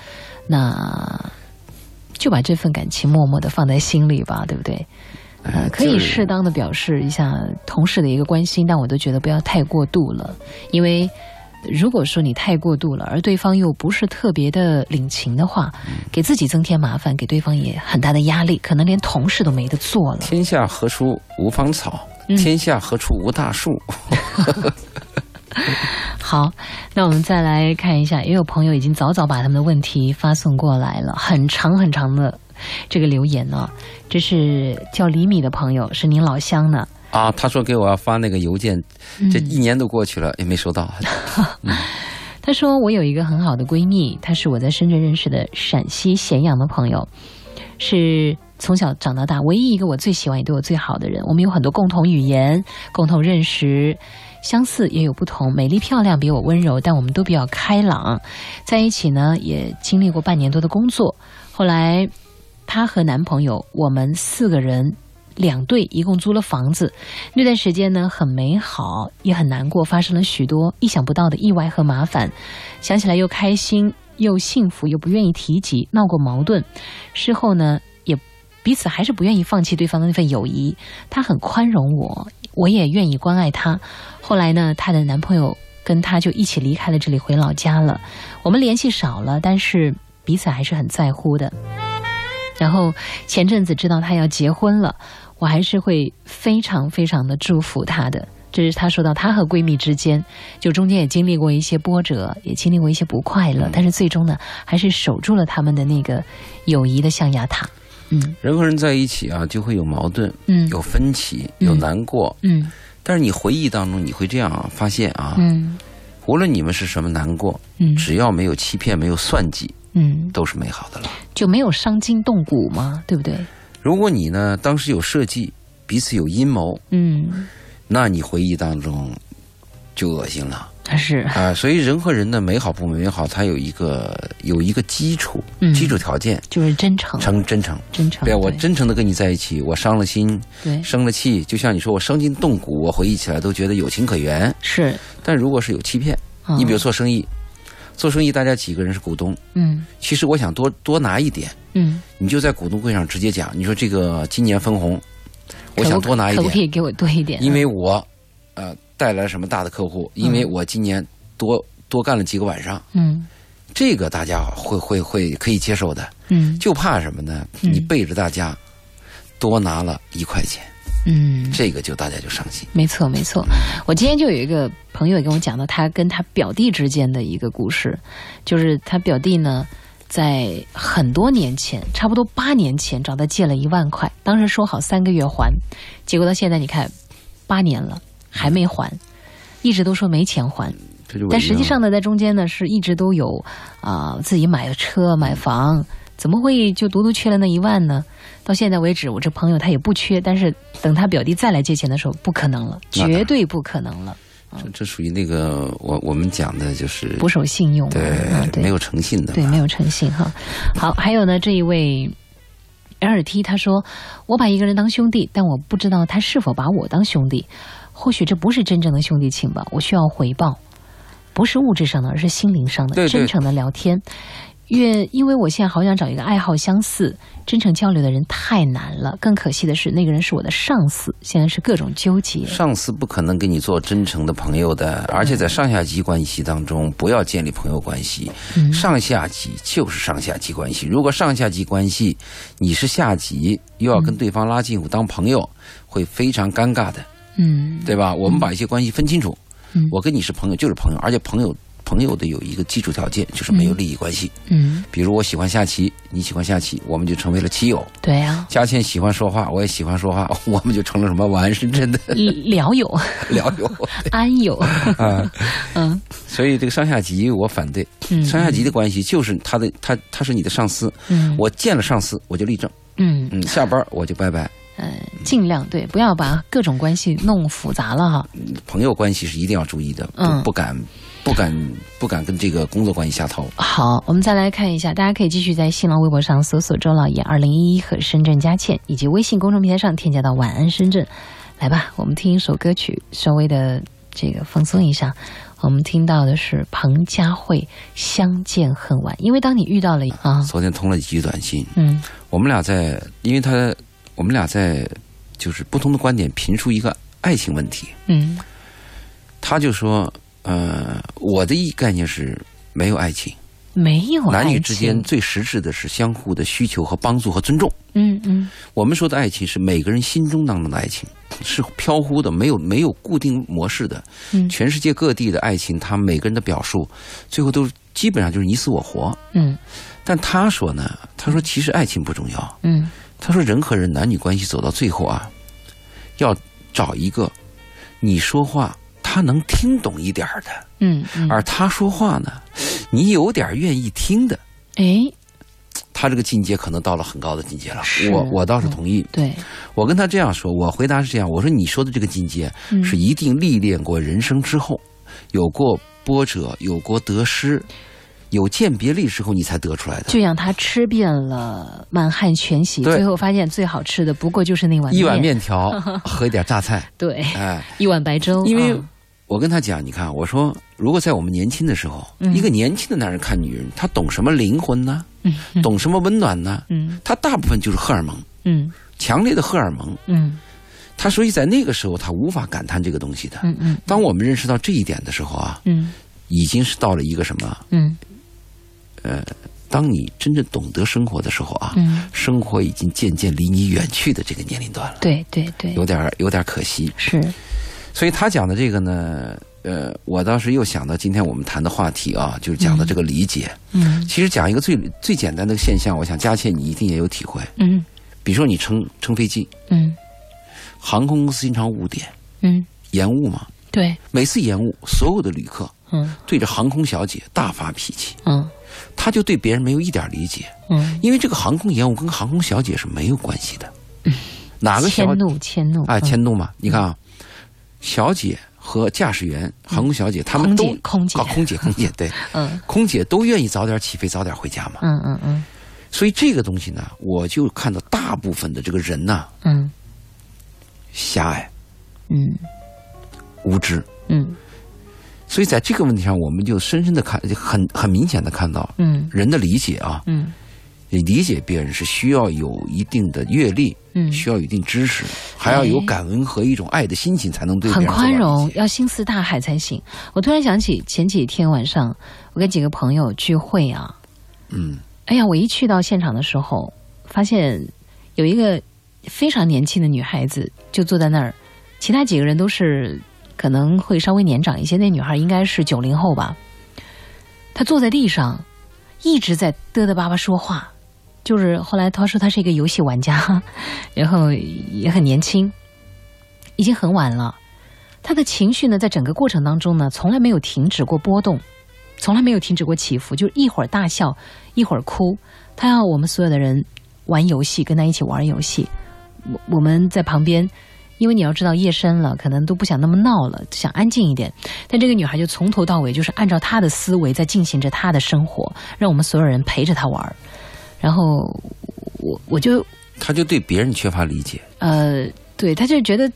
Speaker 1: 那。就把这份感情默默的放在心里吧，对不对？
Speaker 2: 哎
Speaker 1: 呃，
Speaker 2: 嗯
Speaker 1: 可以适当的表示一下同事的一个关心，但我都觉得不要太过度了，因为如果说你太过度了，而对方又不是特别的领情的话，给自己增添麻烦，给对方也很大的压力，可能连同事都没得做了。
Speaker 2: 天下何处无芳草，
Speaker 1: 嗯
Speaker 2: 天下何处无大树。
Speaker 1: 好，那我们再来看一下，也有朋友已经早早把他们的问题发送过来了，很长很长的这个留言呢、这是叫李米的朋友，是您老乡呢。
Speaker 2: 啊，他说给我要发那个邮件，这
Speaker 1: 嗯
Speaker 2: 一年都过去了也没收到。
Speaker 1: 他她说我有一个很好的闺蜜，她是我在深圳认识的陕西咸阳的朋友，是从小长到大唯一一个我最喜欢也对我最好的人。我们有很多共同语言、共同认识，相似也有不同。美丽漂亮，比我温柔，但我们都比较开朗。在一起呢，也经历过半年多的工作。后来，她和男朋友，我们四个人。两队一共租了房子，那段时间呢很美好，也很难过，发生了许多意想不到的意外和麻烦，想起来又开心又幸福，又不愿意提及，闹过矛盾。事后呢，也彼此还是不愿意放弃对方的那份友谊。她很宽容我，我也愿意关爱她。后来呢，她的男朋友跟她就一起离开了这里，回老家了。我们联系少了，但是彼此还是很在乎的。然后前阵子知道她要结婚了，我还是会非常非常的祝福她的。这是她说到她和闺蜜之间，就中间也经历过一些波折，也经历过一些不快乐，但是最终呢，还是守住了他们的那个友谊的象牙塔。嗯
Speaker 2: 人和人在一起啊，就会有矛盾，
Speaker 1: 嗯
Speaker 2: 有分歧，
Speaker 1: 嗯
Speaker 2: 有难过。
Speaker 1: 嗯
Speaker 2: 但是你回忆当中，你会这样啊发现啊，
Speaker 1: 嗯
Speaker 2: 无论你们是什么难过，
Speaker 1: 嗯
Speaker 2: 只要没有欺骗，没有算计，
Speaker 1: 嗯，
Speaker 2: 都是美好的了。
Speaker 1: 就没有伤筋动骨嘛，对不对？
Speaker 2: 如果你呢当时有设计，彼此有阴谋，
Speaker 1: 嗯，
Speaker 2: 那你回忆当中就恶心了
Speaker 1: 还是
Speaker 2: 啊！所以人和人的美好不美好，它有一个有一个基础
Speaker 1: 嗯，
Speaker 2: 基础条件，
Speaker 1: 就是真诚，
Speaker 2: 诚真诚。
Speaker 1: 真诚。
Speaker 2: 对，啊我
Speaker 1: 对
Speaker 2: 真诚的跟你在一起，我伤了心，
Speaker 1: 对
Speaker 2: 生了气，就像你说，我伤筋动骨，我回忆起来都觉得有情可原。
Speaker 1: 是。
Speaker 2: 但如果是有欺骗，
Speaker 1: 啊
Speaker 2: 你比如做生意，做生意大家几个人是股东，
Speaker 1: 嗯
Speaker 2: 其实我想多多拿一点，
Speaker 1: 嗯，
Speaker 2: 你就在股东会上直接讲，你说这个今年分红，
Speaker 1: 可
Speaker 2: 我
Speaker 1: 不
Speaker 2: 想多拿一
Speaker 1: 可不可嗯
Speaker 2: 点，
Speaker 1: 以给我多一点？啊
Speaker 2: 因为我呃带来了什么大的客户，因为我今年多多干了几个晚上，
Speaker 1: 嗯
Speaker 2: 这个大家会会会可以接受的，
Speaker 1: 嗯
Speaker 2: 就怕什么呢？
Speaker 1: 嗯
Speaker 2: 你背着大家多拿了一块钱。
Speaker 1: 嗯，
Speaker 2: 这个就大家就伤心。
Speaker 1: 没错，没错。我今天就有一个朋友也跟我讲到他跟他表弟之间的一个故事，就是他表弟呢，在很多年前，差不多八年前找他借了一万块，当时说好三个月还，结果到现在你看，八年了还没还，一直都说没钱还。
Speaker 2: 这就
Speaker 1: 但实际上呢，在中间呢是一直都有啊、自己买车买房，怎么会就独独缺了那一万呢？到现在为止，我这朋友他也不缺，但是等他表弟再来借钱的时候，不可能了，
Speaker 2: 那当然
Speaker 1: 绝对不可能了，
Speaker 2: 这这属于那个我我们讲的就是
Speaker 1: 不守信用嘛，
Speaker 2: 对
Speaker 1: 啊对
Speaker 2: 没有诚信的
Speaker 1: 对，
Speaker 2: 嘛
Speaker 1: 没有诚信哈。好，还有呢，这一位 LT 他说：“我把一个人当兄弟，但我不知道他是否把我当兄弟。或许这不是真正的兄弟情吧，我需要回报，不是物质上的，而是心灵上的
Speaker 2: 对对
Speaker 1: 真诚的聊天。”越因为我现在好想找一个爱好相似、真诚交流的人太难了。更可惜的是，那个人是我的上司，现在是各种纠结。
Speaker 2: 上司不可能跟你做真诚的朋友的，而且在上下级关系当中，不要建立朋友关系。
Speaker 1: 嗯
Speaker 2: 上下级就是上下级关系。如果上下级关系，你是下级，
Speaker 1: 嗯
Speaker 2: 又要跟对方拉近乎当朋友，会非常尴尬的，
Speaker 1: 嗯，
Speaker 2: 对吧？我们把一些关系分清楚
Speaker 1: 嗯。
Speaker 2: 我跟你是朋友就是朋友，而且朋友朋友的有一个基础条件就是没有利益关系。
Speaker 1: 嗯，
Speaker 2: 比如我喜欢下棋，你喜欢下棋，我们就成为了棋友。
Speaker 1: 对
Speaker 2: [LAUGHS]
Speaker 1: 啊，
Speaker 2: 佳倩喜欢说话，我也喜欢说话， [LAUGHS] 我们就成了什么玩深圳的 [LAUGHS]
Speaker 1: 聊友、
Speaker 2: 聊友
Speaker 1: 安友，
Speaker 2: [LAUGHS] 啊。
Speaker 1: 嗯
Speaker 2: 所以这个上下级我反对，
Speaker 1: 嗯，
Speaker 2: 上下级的关系就是他的他他是你的上司，
Speaker 1: 嗯，
Speaker 2: 我见了上司我就立正，
Speaker 1: 嗯
Speaker 2: 嗯，下班我就拜拜。
Speaker 1: 尽量对，不要把各种关系弄复杂了哈。
Speaker 2: 朋友关系是一定要注意的，
Speaker 1: 嗯
Speaker 2: 不不敢不敢不敢跟这个工作关系下套。
Speaker 1: 好，我们再来看一下，大家可以继续在新浪微博上搜索“周老爷二零一一”和“深圳佳倩”，以及微信公众平台上添加到“晚安深圳”。来吧，我们听一首歌曲，稍微的这个放松一下。我们听到的是彭佳慧《相见恨晚》，因为当你遇到了啊，
Speaker 2: 昨天通了几句短信，
Speaker 1: 嗯
Speaker 2: 我们俩在，因为他我们俩在就是不同的观点评述一个爱情问题。
Speaker 1: 嗯
Speaker 2: 他就说，呃，我的一概念是没有爱情，
Speaker 1: 没有啊
Speaker 2: 男
Speaker 1: 哦爱
Speaker 2: 女
Speaker 1: 情
Speaker 2: 之间，最实质的是相互的需求和帮助和尊重。
Speaker 1: 嗯嗯
Speaker 2: 我们说的爱情是每个人心中当中的爱情，是飘忽的，没有没有固定模式的。
Speaker 1: 嗯
Speaker 2: 全世界各地的爱情，他每个人的表述，最后都是基本上就是你死我活。
Speaker 1: 嗯
Speaker 2: 但他说呢，他说其实爱情不重要，
Speaker 1: 嗯
Speaker 2: 他说人和人男女关系走到最后啊，要找一个你说话他能听懂一点儿的，
Speaker 1: 嗯嗯，
Speaker 2: 而他说话呢，你有点愿意听的，
Speaker 1: 哎，
Speaker 2: 他这个境界可能到了很高的境界了
Speaker 1: 是。嗯
Speaker 2: 我我倒是同意，
Speaker 1: 对，
Speaker 2: 我跟他这样说，我回答是这样，我说你说的这个境界
Speaker 1: 嗯
Speaker 2: 是一定历练过人生之后，有过波折，有过得失，有鉴别力之后你才得出来的。
Speaker 1: 就让他吃遍了满汉全席，
Speaker 2: 对
Speaker 1: 最后发现最好吃的不过就是那碗
Speaker 2: 一碗，面条
Speaker 1: [LAUGHS]
Speaker 2: 和一点榨菜，
Speaker 1: 对， [LAUGHS]
Speaker 2: 哎，
Speaker 1: 一碗白粥，
Speaker 2: 因为
Speaker 1: 嗯
Speaker 2: 我跟他讲，你看，我说如果在我们年轻的时候，
Speaker 1: 嗯
Speaker 2: 一个年轻的男人看女人，他懂什么灵魂呢？
Speaker 1: 嗯
Speaker 2: 懂什么温暖呢？
Speaker 1: 嗯
Speaker 2: 他大部分就是荷尔蒙，
Speaker 1: 嗯
Speaker 2: 强烈的荷尔蒙。
Speaker 1: 嗯
Speaker 2: 他所以在那个时候，他无法感叹这个东西的。
Speaker 1: 嗯嗯
Speaker 2: 当我们认识到这一点的时候啊，
Speaker 1: 嗯
Speaker 2: 已经是到了一个什么？
Speaker 1: 嗯
Speaker 2: 当你真正懂得生活的时候啊，
Speaker 1: 嗯，
Speaker 2: 生活已经渐渐离你远去的这个年龄段了，
Speaker 1: 对对对，
Speaker 2: 有点儿有点儿可惜。
Speaker 1: 是，
Speaker 2: 所以他讲的这个呢，呃，我倒是又想到今天我们谈的话题啊，就是讲的这个理解。
Speaker 1: 嗯
Speaker 2: 其实讲一个最最简单的现象，我想佳倩你一定也有体会。
Speaker 1: 嗯
Speaker 2: 比如说你乘乘飞机，
Speaker 1: 嗯
Speaker 2: 航空公司经常误点
Speaker 1: 嗯，
Speaker 2: 延误嘛，
Speaker 1: 对，
Speaker 2: 每次延误，所有的旅客
Speaker 1: 嗯
Speaker 2: 对着航空小姐大发脾气，
Speaker 1: 嗯
Speaker 2: 她就对别人没有一点理解，
Speaker 1: 嗯，
Speaker 2: 因为这个航空延误跟航空小姐是没有关系的。哪个
Speaker 1: 迁
Speaker 2: 小
Speaker 1: 怒迁怒
Speaker 2: 啊
Speaker 1: 嗯
Speaker 2: 迁怒嘛？你看啊，小姐和驾驶员、航空小姐他们
Speaker 1: 空
Speaker 2: 都
Speaker 1: 姐嗯空姐
Speaker 2: 啊，
Speaker 1: [LAUGHS]
Speaker 2: 空姐空姐对。
Speaker 1: 嗯
Speaker 2: 空姐都愿意早点起飞，早点回家嘛。
Speaker 1: 嗯嗯嗯
Speaker 2: 所以这个东西呢，我就看到大部分的这个人呐，
Speaker 1: 嗯
Speaker 2: 狭隘
Speaker 1: 嗯
Speaker 2: 无知。
Speaker 1: 嗯
Speaker 2: 所以在这个问题上，我们就深深的看，很很明显的看到
Speaker 1: 嗯
Speaker 2: 人的理解啊，
Speaker 1: 嗯
Speaker 2: 理解别人是需要有一定的阅历，
Speaker 1: 嗯，哎
Speaker 2: 需要有一定知识，还要有感恩和一种爱的心情，才能对别
Speaker 1: 很
Speaker 2: 人做到
Speaker 1: 宽
Speaker 2: 理解
Speaker 1: 容，。要心似大海才行。我突然想起前几天晚上，我跟几个朋友聚会啊，
Speaker 2: 嗯，
Speaker 1: 哎呀，我一去到现场的时候，发现有一个非常年轻的女孩子就坐在那儿，其他几个人都是可能会稍微年长一些，那女孩应该是九零后吧。她坐在地上，一直在嘚嘚巴巴说话，就是后来她说她是一个游戏玩家， [LAUGHS] 然后也很年轻，已经很晚了。她的情绪呢，在整个过程当中呢，从来没有停止过波动，从来没有停止过起伏，就是一会儿大笑，一会儿哭，他要我们所有的人玩游戏，跟他一起玩游戏。我我们在旁边，因为你要知道夜深了，可能都不想那么闹了，想安静一点。但这个女孩就从头到尾就是按照她的思维在进行着她的生活，让我们所有人陪着她玩儿。然后我我就
Speaker 2: 他就对别人缺乏理解，
Speaker 1: 呃，对，她就觉得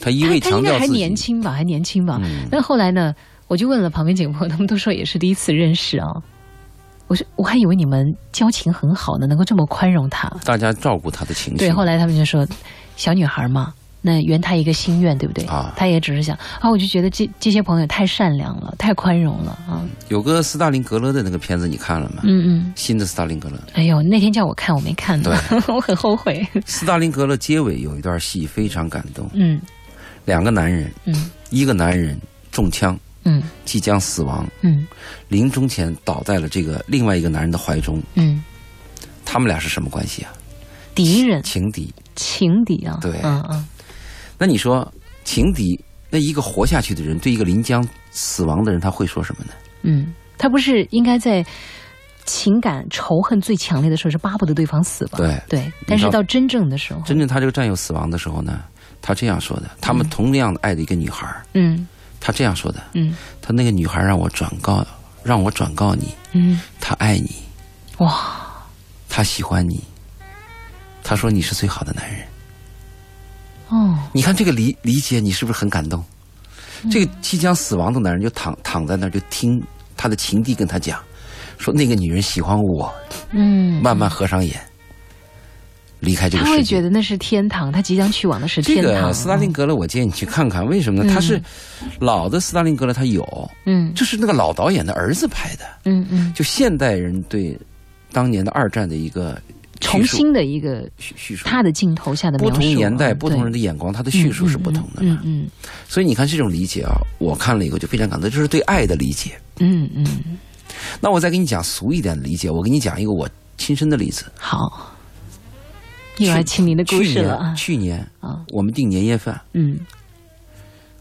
Speaker 2: 他一
Speaker 1: 他
Speaker 2: 味
Speaker 1: 他应
Speaker 2: 强
Speaker 1: 该
Speaker 2: 调
Speaker 1: 还
Speaker 2: 自
Speaker 1: 年
Speaker 2: 己。
Speaker 1: 轻吧，啊还年轻吧。
Speaker 2: 嗯，
Speaker 1: 但后来呢，我就问了旁边几个朋友，他们都说也是第一次认识啊。我说我还以为你们交情很好呢，能够这么宽容他。
Speaker 2: 大家照顾他的情绪。
Speaker 1: 对，后来他们就说，小女孩嘛，那圆她一个心愿，对不对？
Speaker 2: 啊
Speaker 1: 她也只是想啊，我就觉得这这些朋友太善良了，太宽容了啊。
Speaker 2: 有个斯大林格勒的那个片子，你看了吗？
Speaker 1: 嗯嗯，
Speaker 2: 新的斯大林格勒，
Speaker 1: 哎呦，那天叫我看我没看呢， [LAUGHS] 我很后悔。
Speaker 2: 斯大林格勒结尾有一段戏非常感动，
Speaker 1: 嗯
Speaker 2: 两个男人，
Speaker 1: 嗯
Speaker 2: 一个男人中枪
Speaker 1: 嗯
Speaker 2: 即将死亡，
Speaker 1: 嗯
Speaker 2: 临终前倒在了这个另外一个男人的怀中，
Speaker 1: 嗯，
Speaker 2: 他们俩是什么关系啊？
Speaker 1: 敌人
Speaker 2: 情敌。
Speaker 1: 情敌啊，
Speaker 2: 对
Speaker 1: 嗯嗯
Speaker 2: 那你说情敌，那一个活下去的人对一个临江死亡的人，他会说什么呢？
Speaker 1: 嗯，他不是应该在情感仇恨最强烈的时候是巴不得对方死吧？
Speaker 2: 对，
Speaker 1: 对，但是
Speaker 2: 知道
Speaker 1: 到真正的时候，
Speaker 2: 真正他这个战友死亡的时候呢，他这样说的：他们同样爱的一个女孩，
Speaker 1: 嗯
Speaker 2: 他这样说的，
Speaker 1: 嗯
Speaker 2: 他那个女孩让我转告，让我转告你，
Speaker 1: 嗯，
Speaker 2: 她爱你，
Speaker 1: 哇，
Speaker 2: 她喜欢你，她说你是最好的男人。
Speaker 1: 哦，
Speaker 2: 你看这个理理解，你是不是很感动？
Speaker 1: 嗯
Speaker 2: 这个即将死亡的男人就躺躺在那儿，就听他的情敌跟他讲，说那个女人喜欢我，
Speaker 1: 嗯，
Speaker 2: 慢慢合上眼，离开这个
Speaker 1: 他
Speaker 2: 世
Speaker 1: 会
Speaker 2: 界
Speaker 1: 觉。得那是天堂，他即将去往的是
Speaker 2: 这
Speaker 1: 天堂。
Speaker 2: 个斯大林格勒，我建议你去看看，为什么呢？他是老的斯大林格勒，他有，
Speaker 1: 嗯
Speaker 2: 就是那个老导演的儿子拍的，
Speaker 1: 嗯嗯，
Speaker 2: 就现代人对当年的二战的一个叙
Speaker 1: 重
Speaker 2: 述
Speaker 1: 新的一个
Speaker 2: 叙叙述。
Speaker 1: 他的镜头下的
Speaker 2: 不
Speaker 1: 描述
Speaker 2: 同年代、
Speaker 1: 啊
Speaker 2: 不同人的
Speaker 1: 对
Speaker 2: 眼光，他的叙述是不同的嘛。
Speaker 1: 嗯嗯
Speaker 2: 所以你看这种理解啊，我看了以后就非常感动，这是对爱的理解。
Speaker 1: 嗯嗯嗯嗯，
Speaker 2: 那我再给你讲俗一点的理解，我给你讲一个我亲身的例子。
Speaker 1: 好，又要听您的故
Speaker 2: 去
Speaker 1: 事了啊
Speaker 2: 年，去年
Speaker 1: 啊
Speaker 2: 我们订年夜饭，
Speaker 1: 嗯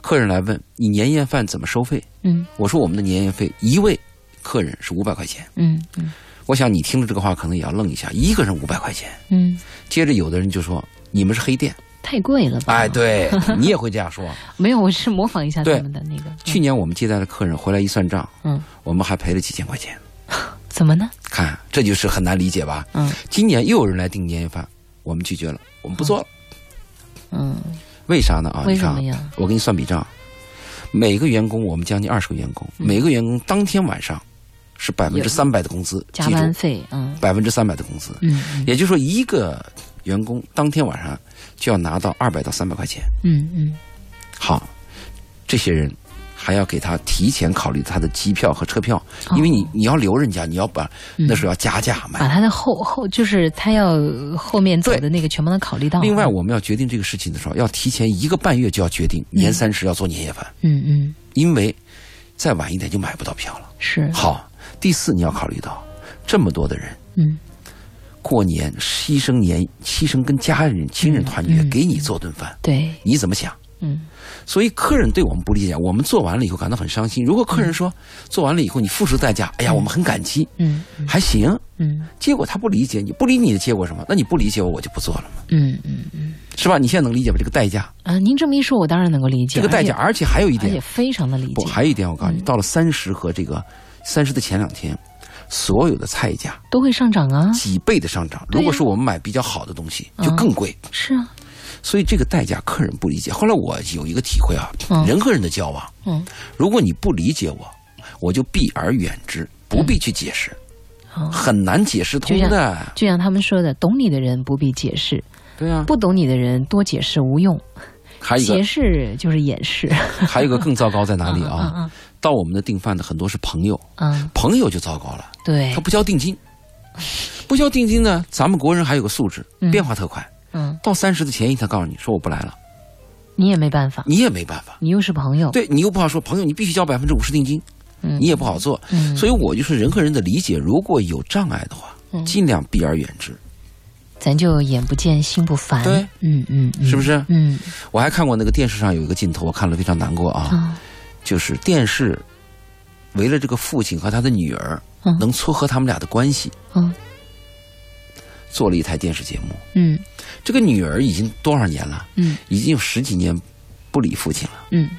Speaker 2: 客人来问你年夜饭怎么收费，
Speaker 1: 嗯
Speaker 2: 我说我们的年夜费一位客人是五百块钱。
Speaker 1: 嗯嗯
Speaker 2: 我想你听了这个话可能也要愣一下，一个人五百块钱。
Speaker 1: 嗯，
Speaker 2: 接着有的人就说你们是黑店，
Speaker 1: 太贵了吧？
Speaker 2: 哎，，对你也会这样说。
Speaker 1: 没有，我是模仿一下他
Speaker 2: 对
Speaker 1: 们的那个。
Speaker 2: 去年我们接待的客人回来一算账，
Speaker 1: 嗯，
Speaker 2: 我们还赔了几千块钱。
Speaker 1: 怎么呢？
Speaker 2: 看，这就是很难理解吧？
Speaker 1: 嗯
Speaker 2: 今年又有人来订年夜饭，我们拒绝了，我们不做了。
Speaker 1: 嗯，
Speaker 2: 为啥呢？啊，
Speaker 1: 为
Speaker 2: 你看
Speaker 1: 什
Speaker 2: 啊
Speaker 1: 么呀？
Speaker 2: 我给你算笔账，每个员工我们将近二十个员工，
Speaker 1: 嗯
Speaker 2: 每个员工当天晚上是百分之三百的工资，
Speaker 1: 加
Speaker 2: 记住
Speaker 1: 班费，嗯
Speaker 2: 百分之三百的工资，
Speaker 1: 嗯嗯
Speaker 2: 也就是说一个员工当天晚上就要拿到二百到三百块钱。
Speaker 1: 嗯嗯，
Speaker 2: 好，这些人还要给他提前考虑他的机票和车票，
Speaker 1: 哦
Speaker 2: 因为你你要留人家，你要把
Speaker 1: 嗯
Speaker 2: 那时候要加价买。
Speaker 1: 把他的后后就是他要后面走的那个全帮他考虑到。
Speaker 2: 另外，我们要决定这个事情的时候，要提前一个半月就要决定年三十要做年夜饭，
Speaker 1: 嗯嗯
Speaker 2: 因为再晚一点就买不到票了。
Speaker 1: 是
Speaker 2: 好，第四你要考虑到这么多的人
Speaker 1: 嗯
Speaker 2: 过年牺牲年牺牲跟家人亲人团圆，
Speaker 1: 嗯嗯
Speaker 2: 给你做顿饭，
Speaker 1: 对
Speaker 2: 你怎么想？
Speaker 1: 嗯
Speaker 2: 所以客人对我们不理解，我们做完了以后感到很伤心。如果客人说、做完了以后你付出代价，哎呀，我们很感激，
Speaker 1: 嗯
Speaker 2: 还行。
Speaker 1: 嗯
Speaker 2: 结果他不理解你，不理你的结果是什么？那你不理解我，我就不做了嘛，
Speaker 1: 嗯嗯
Speaker 2: 是吧？你现在能理解吧？这个代价，
Speaker 1: 啊！您这么一说，我当然能够理解
Speaker 2: 这个代价，，而且还有一
Speaker 1: 而且而且嗯
Speaker 2: 点，
Speaker 1: 非常的理
Speaker 2: 不，
Speaker 1: 解。
Speaker 2: 还有一点，我告诉你，到了三十和这个三十的前两天，所有的菜价
Speaker 1: 都会上涨啊，
Speaker 2: 几倍的上涨。
Speaker 1: 对呀
Speaker 2: 如果说我们买比较好的东西，
Speaker 1: 嗯
Speaker 2: 就更贵。
Speaker 1: 是啊，
Speaker 2: 所以这个代价客人不理解。后来我有一个体会啊
Speaker 1: 嗯，
Speaker 2: 人和人的交往，
Speaker 1: 嗯
Speaker 2: 如果你不理解我，我就避而远之，不必去解释，
Speaker 1: 嗯
Speaker 2: 很难解释通
Speaker 1: 就
Speaker 2: 的。
Speaker 1: 就像他们说的，懂你的人不必解释，
Speaker 2: 对啊，
Speaker 1: 不懂你的人多解释无用，
Speaker 2: 还有一
Speaker 1: 解
Speaker 2: 个，
Speaker 1: 释就是掩饰。
Speaker 2: 还有一个更糟糕在哪里
Speaker 1: [LAUGHS] 嗯
Speaker 2: 啊？
Speaker 1: 嗯
Speaker 2: 到我们的订饭的很多是朋友，
Speaker 1: 嗯，
Speaker 2: 朋友就糟糕了，
Speaker 1: 对
Speaker 2: 他，不交定金，不交定金呢，咱们国人还有个素质，
Speaker 1: 嗯
Speaker 2: 变化特快。
Speaker 1: 嗯，
Speaker 2: 到三十的前一天，他告诉你说我不来了，
Speaker 1: 你也没办法，
Speaker 2: 你也没办法。
Speaker 1: 你又是朋友，
Speaker 2: 对你又不好说，朋友你必须交百分之五十定金，
Speaker 1: 嗯
Speaker 2: 你也不好做。
Speaker 1: 嗯，
Speaker 2: 所以我就是人和人的理解，如果有障碍的话，
Speaker 1: 嗯
Speaker 2: 尽量避而远之，
Speaker 1: 咱就眼不见心不烦。
Speaker 2: 对
Speaker 1: 嗯，嗯嗯，
Speaker 2: 是不是？
Speaker 1: 嗯
Speaker 2: 我还看过那个电视上有一个镜头，我看了非常难过啊，
Speaker 1: 啊
Speaker 2: 就是电视围了这个父亲和他的女儿，
Speaker 1: 嗯
Speaker 2: 能撮合他们俩的关系，
Speaker 1: 嗯
Speaker 2: 做了一台电视节目。
Speaker 1: 嗯
Speaker 2: 这个女儿已经多少年了？
Speaker 1: 嗯
Speaker 2: 已经有十几年不理父亲了。
Speaker 1: 嗯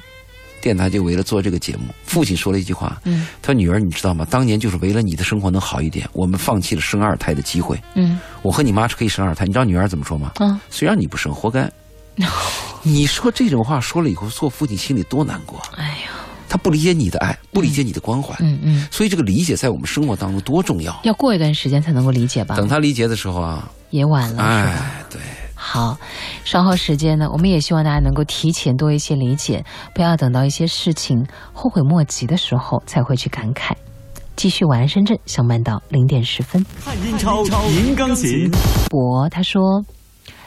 Speaker 2: 电台就围了做这个节目，父亲说了一句话，
Speaker 1: 嗯
Speaker 2: 他说：“女儿，你知道吗？当年就是为了你的生活能好一点，我们放弃了生二胎的机会。
Speaker 1: 嗯
Speaker 2: 我和你妈是可以生二胎，你知道女儿怎么说吗？
Speaker 1: 啊，
Speaker 2: 虽然你不生，
Speaker 1: [LAUGHS]
Speaker 2: 活该。你说这种话说了以后，做父亲心里多难过啊。
Speaker 1: 哎呀，
Speaker 2: 他不理解你的爱，不理解你的关怀，
Speaker 1: 嗯嗯，
Speaker 2: 所以这个理解在我们生活当中多重要。
Speaker 1: 要过一段时间才能够理解吧？
Speaker 2: 等他理解的时候啊，
Speaker 1: 也晚了，是吧？
Speaker 2: 哎，对，
Speaker 1: 好，稍后时间呢，我们也希望大家能够提前多一些理解，不要等到一些事情后悔莫及的时候才会去感慨。继续晚安深圳，相伴到零点十分。
Speaker 3: 汉英超、银钢琴。
Speaker 1: 博他说：“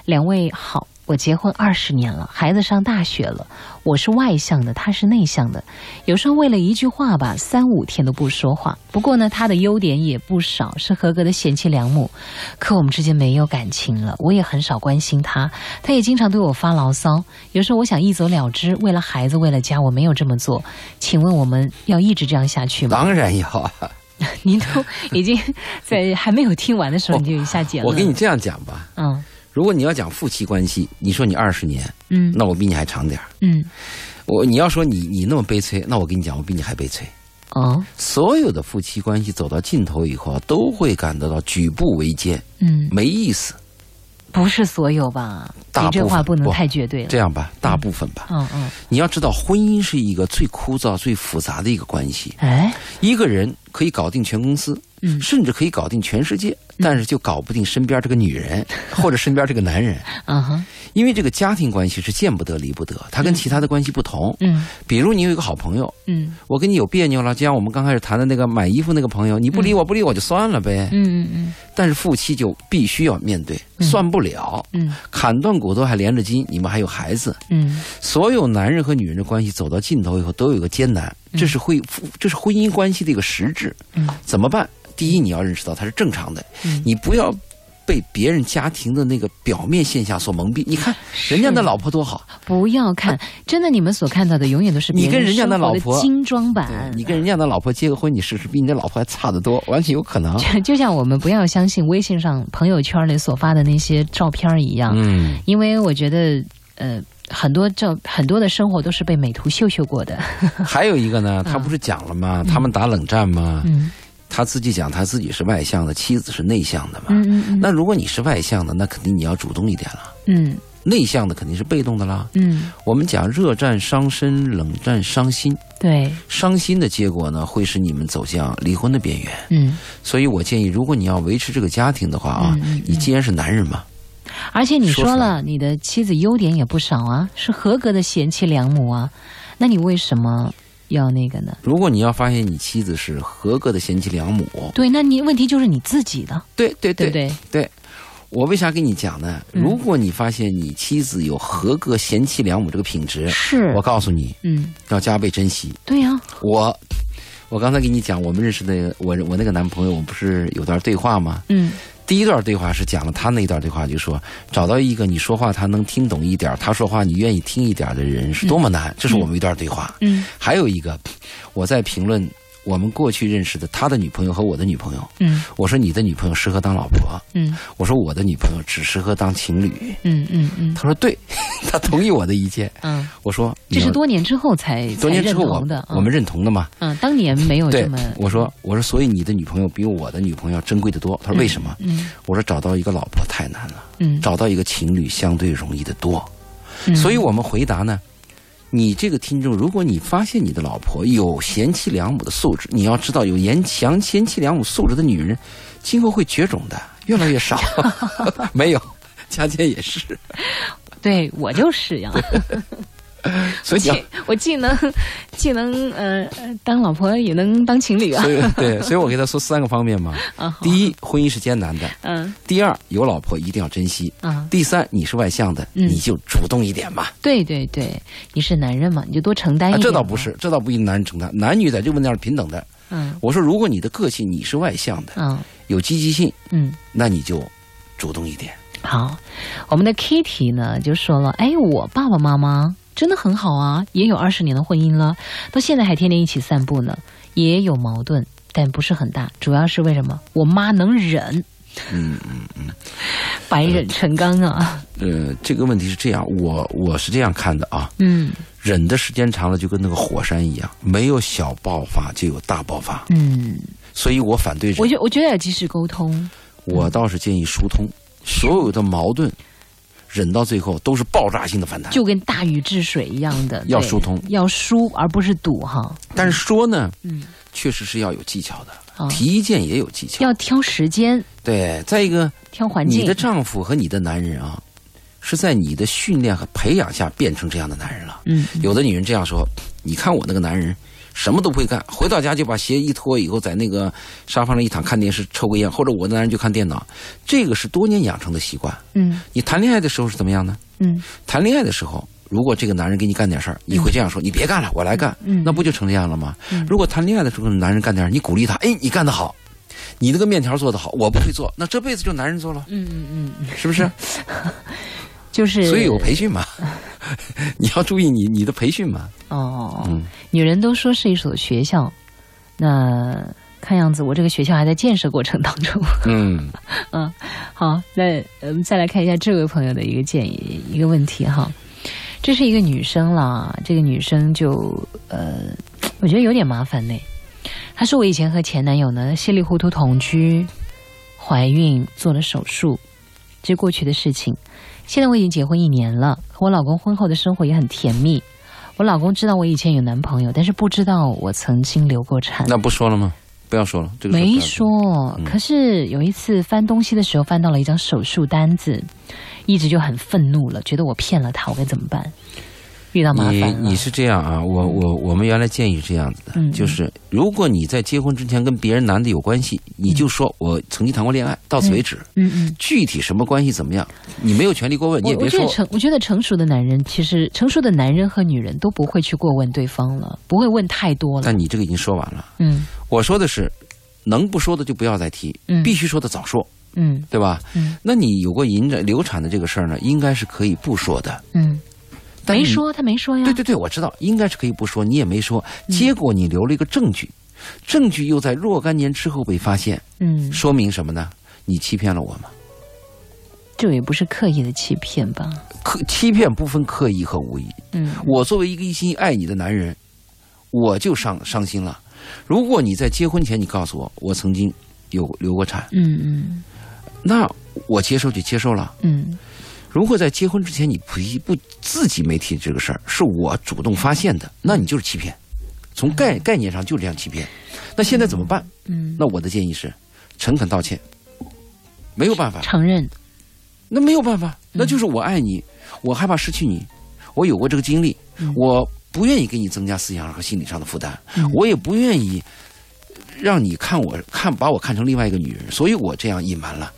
Speaker 1: 两位好，我结婚二十年了，孩子上大学了，我是外向的，他是内向的，有时候为了一句话吧，三五天都不说话。不过呢，他的优点也不少，是合格的贤妻良母。可我们之间没有感情了，我也很少关心他，他也经常对我发牢骚。有时候我想一走了之，为了孩子，为了家，我没有这么做。请问我们要一直这样下去吗？
Speaker 2: 当然要啊。
Speaker 1: 您都已经在还没有听完的时候，你就已下结论了。
Speaker 2: 我跟你这样讲吧，
Speaker 1: 嗯
Speaker 2: 如果你要讲夫妻关系，你说你二十年，
Speaker 1: 嗯
Speaker 2: 那我比你还长点儿。
Speaker 1: 嗯。”
Speaker 2: 我你要说你你那么悲催，那我跟你讲，我比你还悲催。
Speaker 1: 哦，
Speaker 2: 所有的夫妻关系走到尽头以后啊，都会感得到举步维艰，
Speaker 1: 嗯，
Speaker 2: 没意思。
Speaker 1: 不是所有吧？
Speaker 2: 大
Speaker 1: 你这
Speaker 2: 部分
Speaker 1: 话不能
Speaker 2: 不
Speaker 1: 太绝对了
Speaker 2: 这。样吧，大部分吧。
Speaker 1: 嗯嗯，
Speaker 2: 你要知道，婚姻是一个最枯燥、最复杂的一个关系。
Speaker 1: 哎，
Speaker 2: 一个人可以搞定全公司，
Speaker 1: 嗯
Speaker 2: 甚至可以搞定全世界，但是就搞不定身边这个女
Speaker 1: [LAUGHS]
Speaker 2: 人或者身边这个男人，
Speaker 1: 嗯哼，
Speaker 2: 因为这个家庭关系是见不得离不得，它跟其他的关系不同。
Speaker 1: 嗯
Speaker 2: 比如你有一个好朋友，
Speaker 1: 嗯
Speaker 2: 我跟你有别扭了，就像我们刚开始谈的那个买衣服那个朋友，你不理我不理我就算了呗。
Speaker 1: 嗯嗯
Speaker 2: 但是夫妻就必须要面对，算不了，
Speaker 1: 嗯
Speaker 2: 砍断骨头还连着筋，你们还有孩子，
Speaker 1: 嗯
Speaker 2: 所有男人和女人的关系走到尽头以后都有一个艰难，这是婚夫这是婚姻关系的一个实质。
Speaker 1: 嗯
Speaker 2: 怎么办？第一，你要认识到它是正常的，
Speaker 1: 嗯
Speaker 2: 你不要。被别人家庭的那个表面现象所蒙蔽。你看人家的老婆多好，
Speaker 1: 不要看，真的，你们所看到的永远都是
Speaker 2: 你
Speaker 1: 别
Speaker 2: 跟人家
Speaker 1: 生
Speaker 2: 的
Speaker 1: 活
Speaker 2: 老
Speaker 1: 的
Speaker 2: 婆
Speaker 1: 精装版
Speaker 2: 对。你跟人家的老婆结个婚，你试试比你的老婆还差得多，完全有可能。
Speaker 1: [LAUGHS] 就就像我们不要相信微信上朋友圈里所发的那些照片儿一样，
Speaker 2: 嗯，
Speaker 1: 因为我觉得，呃，很多照很多的生活都是被美图秀秀过的。 [LAUGHS]
Speaker 2: 还有一个呢，他不是讲了吗？他们打冷战吗？
Speaker 1: 嗯
Speaker 2: 他自己讲他自己是外向的，妻子是内向的嘛。
Speaker 1: 嗯嗯嗯
Speaker 2: 那如果你是外向的，那肯定你要主动一点了。
Speaker 1: 嗯
Speaker 2: 内向的肯定是被动的啦。
Speaker 1: 嗯，
Speaker 2: 我们讲热战伤身，冷战伤心，
Speaker 1: 对，
Speaker 2: 伤心的结果呢，会使你们走向离婚的边缘。
Speaker 1: 嗯，
Speaker 2: 所以我建议，如果你要维持这个家庭的话啊，
Speaker 1: 嗯嗯嗯
Speaker 2: 你既然是男人嘛，
Speaker 1: 而且你
Speaker 2: 说
Speaker 1: 说
Speaker 2: 出来
Speaker 1: 了，你的妻子优点也不少啊，是合格的贤妻良母啊，那你为什么要那个呢？
Speaker 2: 如果你要发现你妻子是合格的贤妻良母，
Speaker 1: 对，那你问题就是你自己的，
Speaker 2: 对对
Speaker 1: 对不
Speaker 2: 对
Speaker 1: 对？
Speaker 2: 对我为啥跟你讲呢？
Speaker 1: 嗯
Speaker 2: 如果你发现你妻子有合格贤妻良母这个品质，
Speaker 1: 是
Speaker 2: 我，告诉你
Speaker 1: 嗯，
Speaker 2: 要加倍珍惜。
Speaker 1: 对啊呀、
Speaker 2: 我我刚才跟你讲，我们认识的我我那个男朋友，我们不是有段对话吗？
Speaker 1: 嗯
Speaker 2: 第一段对话是讲了他那一段对话，就说找到一个你说话他能听懂一点儿，他说话你愿意听一点儿的人是多么难，这是我们一段对话。
Speaker 1: 嗯
Speaker 2: 还有一个，我在评论我们过去认识的他的女朋友和我的女朋友，
Speaker 1: 嗯
Speaker 2: 我说你的女朋友适合当老婆，
Speaker 1: 嗯
Speaker 2: 我说我的女朋友只适合当情侣。
Speaker 1: 嗯嗯嗯
Speaker 2: 他说
Speaker 1: [LAUGHS]
Speaker 2: 对，他同意我的意见。
Speaker 1: 嗯，
Speaker 2: 我说
Speaker 1: 这是
Speaker 2: 你要
Speaker 1: 多年之后才
Speaker 2: 多年之
Speaker 1: 才
Speaker 2: 后
Speaker 1: 认
Speaker 2: 我
Speaker 1: 同的，
Speaker 2: 我们认同的嘛？
Speaker 1: 嗯，当年没有
Speaker 2: 对
Speaker 1: 这么，
Speaker 2: 我说我说所以你的女朋友比我的女朋友要珍贵的多。他说为什么？
Speaker 1: 嗯
Speaker 2: 我说找到一个老婆太难了。
Speaker 1: 嗯，
Speaker 2: 找到一个情侣相对容易的多。
Speaker 1: 嗯
Speaker 2: 所以我们回答呢，你这个听众，如果你发现你的老婆有贤妻良母的素质，你要知道，有贤强贤妻良母素质的女人，今后会绝种的，越来
Speaker 1: [LAUGHS]
Speaker 2: 越少。没有，佳姐也是，
Speaker 1: 对我就是呀，
Speaker 2: 所以你要
Speaker 1: 既我既能既能呃呃当老婆，也能当情侣啊
Speaker 2: 所，以对，所以我给她说三个方面嘛。
Speaker 1: 啊 [LAUGHS] 好
Speaker 2: 第一，婚姻是艰难的；
Speaker 1: 嗯
Speaker 2: 第二，有老婆一定要珍惜；
Speaker 1: 啊，
Speaker 2: 第三，你是外向的，
Speaker 1: 嗯
Speaker 2: 你就主动一点嘛。
Speaker 1: 对对对，你是男人嘛，你就多承担一
Speaker 2: 啊，
Speaker 1: 点、
Speaker 2: 这倒不，是，这倒不一定男人承担，男女在这个问题上是平等的。
Speaker 1: 嗯
Speaker 2: 我说，如果你的个性你是外向的，
Speaker 1: 嗯
Speaker 2: 有积极性，
Speaker 1: 嗯，
Speaker 2: 那你就主动一点。
Speaker 1: 好，我们的 Kitty 呢就说了，哎，我爸爸妈妈真的很好啊，也有二十年的婚姻了，到现在还天天一起散步呢，也有矛盾，但不是很大，主要是为什么？我妈能忍，
Speaker 2: 嗯，
Speaker 1: 百忍成钢啊，
Speaker 2: 呃，这个问题是这样，我我是这样看的啊，
Speaker 1: 嗯
Speaker 2: 忍的时间长了就跟那个火山一样，没有小爆发就有大爆发，
Speaker 1: 嗯。
Speaker 2: 所以我反对
Speaker 1: 我
Speaker 2: 忍。
Speaker 1: 觉我觉得要及时沟通，
Speaker 2: 我
Speaker 1: 嗯
Speaker 2: 倒是建议疏通所有的矛盾，忍到最后都是爆炸性的反弹。
Speaker 1: 就跟大禹治水一样的，
Speaker 2: 要
Speaker 1: 对
Speaker 2: 疏通
Speaker 1: 要疏而不是堵哈。
Speaker 2: 但是说呢，
Speaker 1: 嗯，
Speaker 2: 确实是要有技巧的，
Speaker 1: 啊，
Speaker 2: 提意见也有技巧。
Speaker 1: 要挑时间，
Speaker 2: 对，再一个，
Speaker 1: 挑环境。
Speaker 2: 你的丈夫和你的男人啊，是在你的训练和培养下变成这样的男人了。
Speaker 1: 嗯，
Speaker 2: 有的女人这样说：“你看我那个男人，什么都不会干，回到家就把鞋一脱，以后在那个沙发上一躺看电视，抽个烟，或者我的男人就看电脑。”这个是多年养成的习惯。
Speaker 1: 嗯
Speaker 2: 你谈恋爱的时候是怎么样呢？
Speaker 1: 嗯
Speaker 2: 谈恋爱的时候，如果这个男人给你干点事儿，你会这样说：“你别干了，我来干。”
Speaker 1: 嗯
Speaker 2: 那不就成这样了吗
Speaker 1: 嗯？
Speaker 2: 如果谈恋爱的时候，男人干点事儿，你鼓励他：“哎，你干得好，你那个面条做得好，我不会
Speaker 1: [LAUGHS]
Speaker 2: 做，那这辈子就男人做了，
Speaker 1: 嗯嗯嗯，
Speaker 2: 是不
Speaker 1: [LAUGHS]
Speaker 2: 是？”
Speaker 1: 就是
Speaker 2: 所以有培训嘛， [LAUGHS] 你要注意你你的培训嘛。
Speaker 1: 哦，
Speaker 2: 嗯
Speaker 1: 女人都说是一所学校，那看样子我这个学校还在建设过程当中。
Speaker 2: 嗯，
Speaker 1: 好，那我们再来看一下这位朋友的一个建议，一个问题哈。这是一个女生啦，这个女生就呃，我觉得有点麻烦呢。她说我以前和前男友呢稀里糊涂同居，怀孕做了手术，这是过去的事情。现在我已经结婚一年了，和我老公婚后的生活也很甜蜜。我老公知道我以前有男朋友，但是不知道我曾经流过产。
Speaker 2: 那不说了吗？不要说了，这个事儿不
Speaker 1: 没
Speaker 2: 要
Speaker 1: 说，
Speaker 2: 嗯
Speaker 1: 可是有一次翻东西的时候，翻到了一张手术单子，一直就很愤怒了，觉得我骗了他，我该怎么办？遇到麻烦
Speaker 2: 你
Speaker 1: 了，
Speaker 2: 你是这样啊？我我我们原来建议是这样子的，
Speaker 1: 嗯
Speaker 2: 就是如果你在结婚之前跟别人男的有关系，你就说我曾经谈过恋爱，到此为止。
Speaker 1: 嗯嗯，
Speaker 2: 具体什么关系怎么样，你没有权利过问，你
Speaker 1: 我
Speaker 2: 也
Speaker 1: 我
Speaker 2: 别
Speaker 1: 觉
Speaker 2: 说
Speaker 1: 得。成，我觉得成熟的男人，其实成熟的男人和女人都不会去过问对方了，不会问太多了。
Speaker 2: 但你这个已经说完了，
Speaker 1: 嗯
Speaker 2: 我说的是，能不说的就不要再提，
Speaker 1: 嗯
Speaker 2: 必须说的早说。
Speaker 1: 嗯
Speaker 2: 对吧？
Speaker 1: 嗯
Speaker 2: 那你有过引产流产的这个事儿呢，应该是可以不说的。
Speaker 1: 嗯，
Speaker 2: 但
Speaker 1: 没
Speaker 2: 你
Speaker 1: 说他没说呀，
Speaker 2: 对对对，我知道，应该是可以不说，你也没说，
Speaker 1: 嗯
Speaker 2: 结果你留了一个证据，证据又在若干年之后被发现，
Speaker 1: 嗯，
Speaker 2: 说明什么呢？你欺骗了我嘛？
Speaker 1: 这也不是刻意的欺骗吧？
Speaker 2: 刻欺骗不分刻意和无意。
Speaker 1: 嗯
Speaker 2: 我作为一个一心爱你的男人，我就伤伤心了。如果你在结婚前你告诉我，我曾经有流过产，
Speaker 1: 嗯嗯
Speaker 2: 那我接受就接受了。
Speaker 1: 嗯
Speaker 2: 如果在结婚之前你不不自己没提这个事儿，是我主动发现的，那你就是欺骗。从概概念上就是这样欺骗。那现在怎么办？
Speaker 1: 嗯，
Speaker 2: 那我的建议是，诚恳道歉。没有办法，
Speaker 1: 承认，
Speaker 2: 那没有办法，那就是我爱你，我害怕失去你，我有过这个经历，我不愿意给你增加思想和心理上的负担，
Speaker 1: 嗯
Speaker 2: 我也不愿意让你看我看把我看成另外一个女人，所以我这样隐瞒了，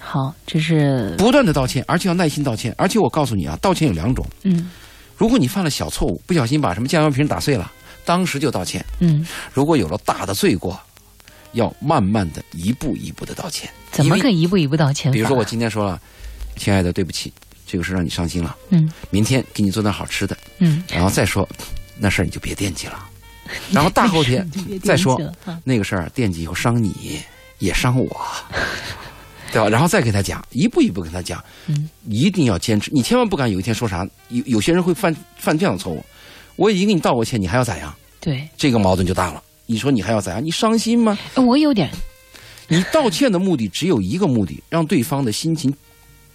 Speaker 1: 好，这是
Speaker 2: 不断的道歉，而且要耐心道歉，而且我告诉你啊，道歉有两种，
Speaker 1: 嗯
Speaker 2: 如果你犯了小错误，不小心把什么酱油瓶打碎了，当时就道歉；
Speaker 1: 嗯，
Speaker 2: 如果有了大的罪过，要慢慢的一步一步的道歉。
Speaker 1: 怎么
Speaker 2: 因
Speaker 1: 个
Speaker 2: 为
Speaker 1: 一步一步道歉法？
Speaker 2: 比如说我今天说了，亲爱的，对不起，这个事让你伤心了。
Speaker 1: 嗯
Speaker 2: 明天给你做点好吃的，
Speaker 1: 嗯，
Speaker 2: 然后再说，那事儿你就别惦记了。然后大
Speaker 1: [LAUGHS]
Speaker 2: 后天再说
Speaker 1: 啊
Speaker 2: 那个事儿惦记以后伤你，也伤我， [LAUGHS] 对吧？然后再给他讲，一步一步跟他讲，
Speaker 1: 嗯
Speaker 2: 一定要坚持。你千万不敢有一天说啥，有有些人会犯犯这样的错误。我已经给你道过歉，你还要咋样？
Speaker 1: 对，
Speaker 2: 这个矛盾就大了。你说你还要咋样？你伤心吗？
Speaker 1: 呃我有点
Speaker 2: 你道歉的目的只有一个目的，让对方的心情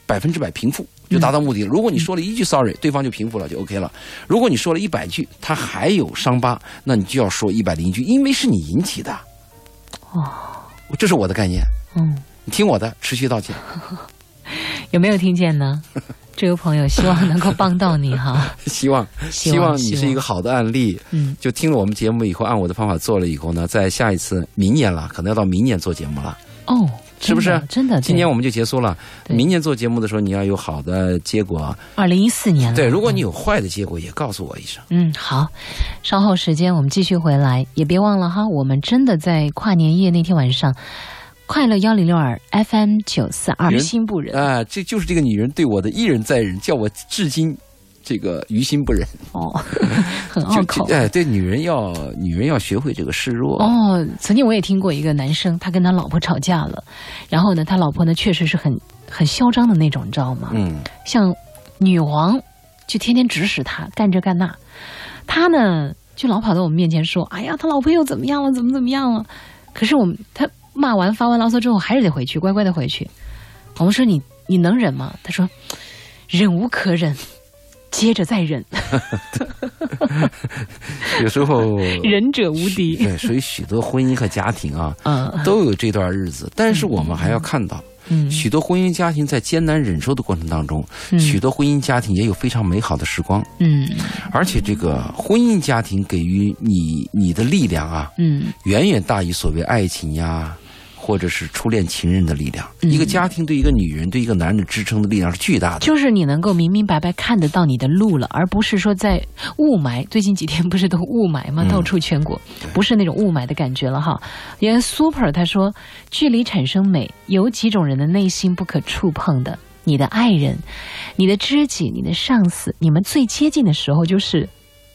Speaker 2: 百分之百平复，就达到
Speaker 1: 嗯
Speaker 2: 目的了。如果你说了一句 sorry，对方就平复了，就 OK 了。如果你说了一百句，他还有伤疤，那你就要说一百零一句，因为是你引起的。哦，这是我的概念，
Speaker 1: 嗯。
Speaker 2: 你听我的，持续道歉。
Speaker 1: 有没有听见呢？这位朋友，希望能够帮到你哈。
Speaker 2: [LAUGHS] 希望
Speaker 1: [LAUGHS] 希望
Speaker 2: 你是一个好的案例。
Speaker 1: 嗯，
Speaker 2: 就听了我们节目以后，按我的方法做了以后呢，在下一次明年了，可能要到明年做节目了。
Speaker 1: 哦，
Speaker 2: 是不是
Speaker 1: 真的，
Speaker 2: 今年我们就结束了，
Speaker 1: 啊对
Speaker 2: 明年做节目的时候你要有好的结果。
Speaker 1: 二零一四年了。
Speaker 2: 对，如果你有坏的结果，也告诉我一声。
Speaker 1: 嗯，好，稍后时间我们继续回来，也别忘了哈，我们真的在跨年夜那天晚上，快乐幺零六二 FM 九四二
Speaker 2: 人
Speaker 1: 新不忍
Speaker 2: 啊，这就是这个女人对我的一忍再忍，叫我至今这个于心不忍。
Speaker 1: 哦， [LAUGHS] 很
Speaker 2: 就
Speaker 1: 拗口
Speaker 2: 就。哎，对，女人要女人要学会这个示弱。
Speaker 1: 哦，曾经我也听过一个男生，他跟他老婆吵架了，然后呢，他老婆呢确实是很很嚣张的那种，你知道吗？
Speaker 2: 嗯，
Speaker 1: 像女王就天天指使他干这干那，他呢就老跑到我们面前说：“哎呀，他老婆又怎么样了，怎么怎么样了。”可是我们他骂完发完牢骚之后，还是得回去，乖乖的回去。我们说你你能忍吗？他说忍无可忍，接着再忍，
Speaker 2: 有时候
Speaker 1: [LAUGHS] 忍者无
Speaker 2: [LAUGHS]
Speaker 1: 敌。
Speaker 2: 对，所以许多婚姻和家庭
Speaker 1: [LAUGHS]
Speaker 2: 啊，
Speaker 1: 嗯
Speaker 2: 都有这段日子。但是我们还要看到，
Speaker 1: 嗯
Speaker 2: 许多婚姻家庭在艰难忍受的过程当中，
Speaker 1: 嗯
Speaker 2: 许多婚姻家庭也有非常美好的时光。
Speaker 1: 嗯
Speaker 2: 而且这个婚姻家庭给予你你的力量啊，
Speaker 1: 嗯
Speaker 2: 远远大于所谓爱情呀，或者是初恋情人的力量。
Speaker 1: 嗯
Speaker 2: 一个家庭对一个女人、对一个男人的支撑的力量是巨大的。
Speaker 1: 就是你能够明明白白看得到你的路了，而不是说在雾霾。最近几天不是都雾霾吗？到处全国，不是那种雾霾的感觉了哈。因为 Super 他说，距离产生美，有几种人的内心不可触碰的。你的爱人、你的知己、你的上司，你们最接近的时候就是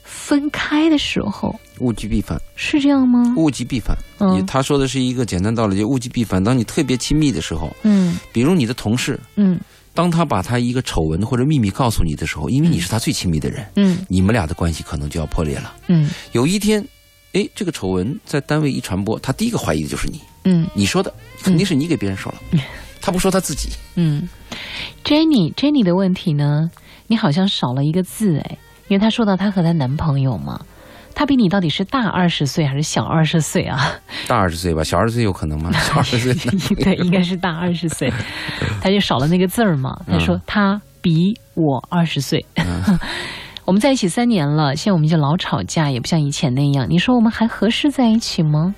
Speaker 1: 分开的时候，
Speaker 2: 物极必反，
Speaker 1: 是这样吗？
Speaker 2: 物极必反。
Speaker 1: 嗯
Speaker 2: 你他说的是一个简单道理，就物极必反。当你特别亲密的时候，
Speaker 1: 嗯
Speaker 2: 比如你的同事，
Speaker 1: 嗯
Speaker 2: 当他把他一个丑闻或者秘密告诉你的时候，因为你是他最亲密的人，
Speaker 1: 嗯
Speaker 2: 你们俩的关系可能就要破裂了。
Speaker 1: 嗯
Speaker 2: 有一天，哎，这个丑闻在单位一传播，他第一个怀疑的就是你，
Speaker 1: 嗯
Speaker 2: 你说的肯定是你给别人说了，他不说他自己。
Speaker 1: 嗯，Jenny Jenny 的问题呢，你好像少了一个字哎，因为她说到她和她男朋友嘛，她比你到底是大二十岁还是小二十岁啊？
Speaker 2: 大二十岁吧，小二十岁有
Speaker 1: [LAUGHS]
Speaker 2: 可能吗？小二十岁呢
Speaker 1: 对，应该是大二十岁，她就少了那个字儿嘛。她说她比我二十岁。 [LAUGHS] 我们在一起三年了，现在我们已经老吵架，也不像以前那样。你说我们还合适在一起吗？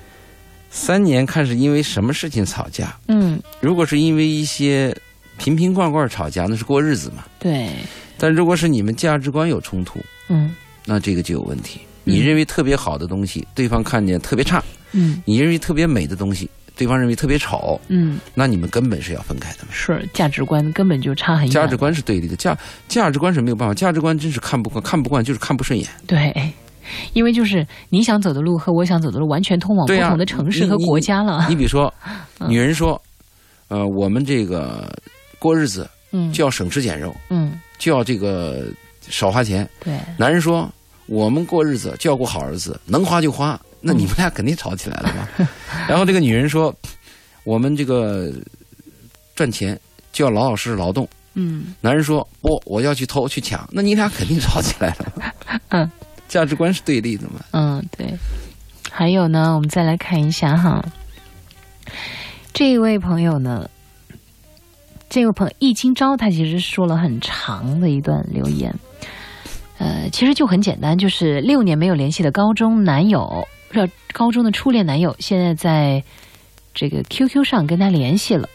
Speaker 2: 三年看是因为什么事情吵架？
Speaker 1: 嗯，
Speaker 2: 如果是因为一些瓶瓶罐罐吵架，那是过日子嘛。
Speaker 1: 对，
Speaker 2: 但如果是你们价值观有冲突，
Speaker 1: 嗯
Speaker 2: 那这个就有问题。
Speaker 1: 嗯
Speaker 2: 你认为特别好的东西，对方看见特别差；
Speaker 1: 嗯
Speaker 2: 你认为特别美的东西，对方认为特别丑，
Speaker 1: 嗯，
Speaker 2: 那你们根本是要分开的嘛。
Speaker 1: 是价值观根本就差很远。
Speaker 2: 价值观是对立的，价价值观是没有办法，价值观真是看不惯，看不惯就是看不顺眼。
Speaker 1: 对，因为就是你想走的路和我想走的路完全通往不
Speaker 2: 对啊
Speaker 1: 同的城市和
Speaker 2: 你你
Speaker 1: 国家了。
Speaker 2: 你比如说， [LAUGHS] 女人说，呃，我们这个过日子
Speaker 1: 嗯
Speaker 2: 就要省吃俭用，
Speaker 1: 嗯，
Speaker 2: 就要这个少花钱；
Speaker 1: 对，
Speaker 2: 男人说，我们过日子就要过好日子，能花就花。
Speaker 1: 嗯
Speaker 2: 那你们俩肯定吵起来了嘛。 [LAUGHS] 然后这个女人说，我们这个赚钱就要老老实实劳动。
Speaker 1: 嗯
Speaker 2: 男人说不，我要去偷去抢，那你俩肯定吵起来了嘛。
Speaker 1: [LAUGHS] 嗯，
Speaker 2: 价值观是对立的嘛。
Speaker 1: 嗯，对。还有呢，我们再来看一下哈，这一位朋友呢，这位朋友易清昭，他其实说了很长的一段留言，呃，其实就很简单，就是六年没有联系的高中男友，这高中的初恋男友，现在在这个 QQ 上跟他联系了，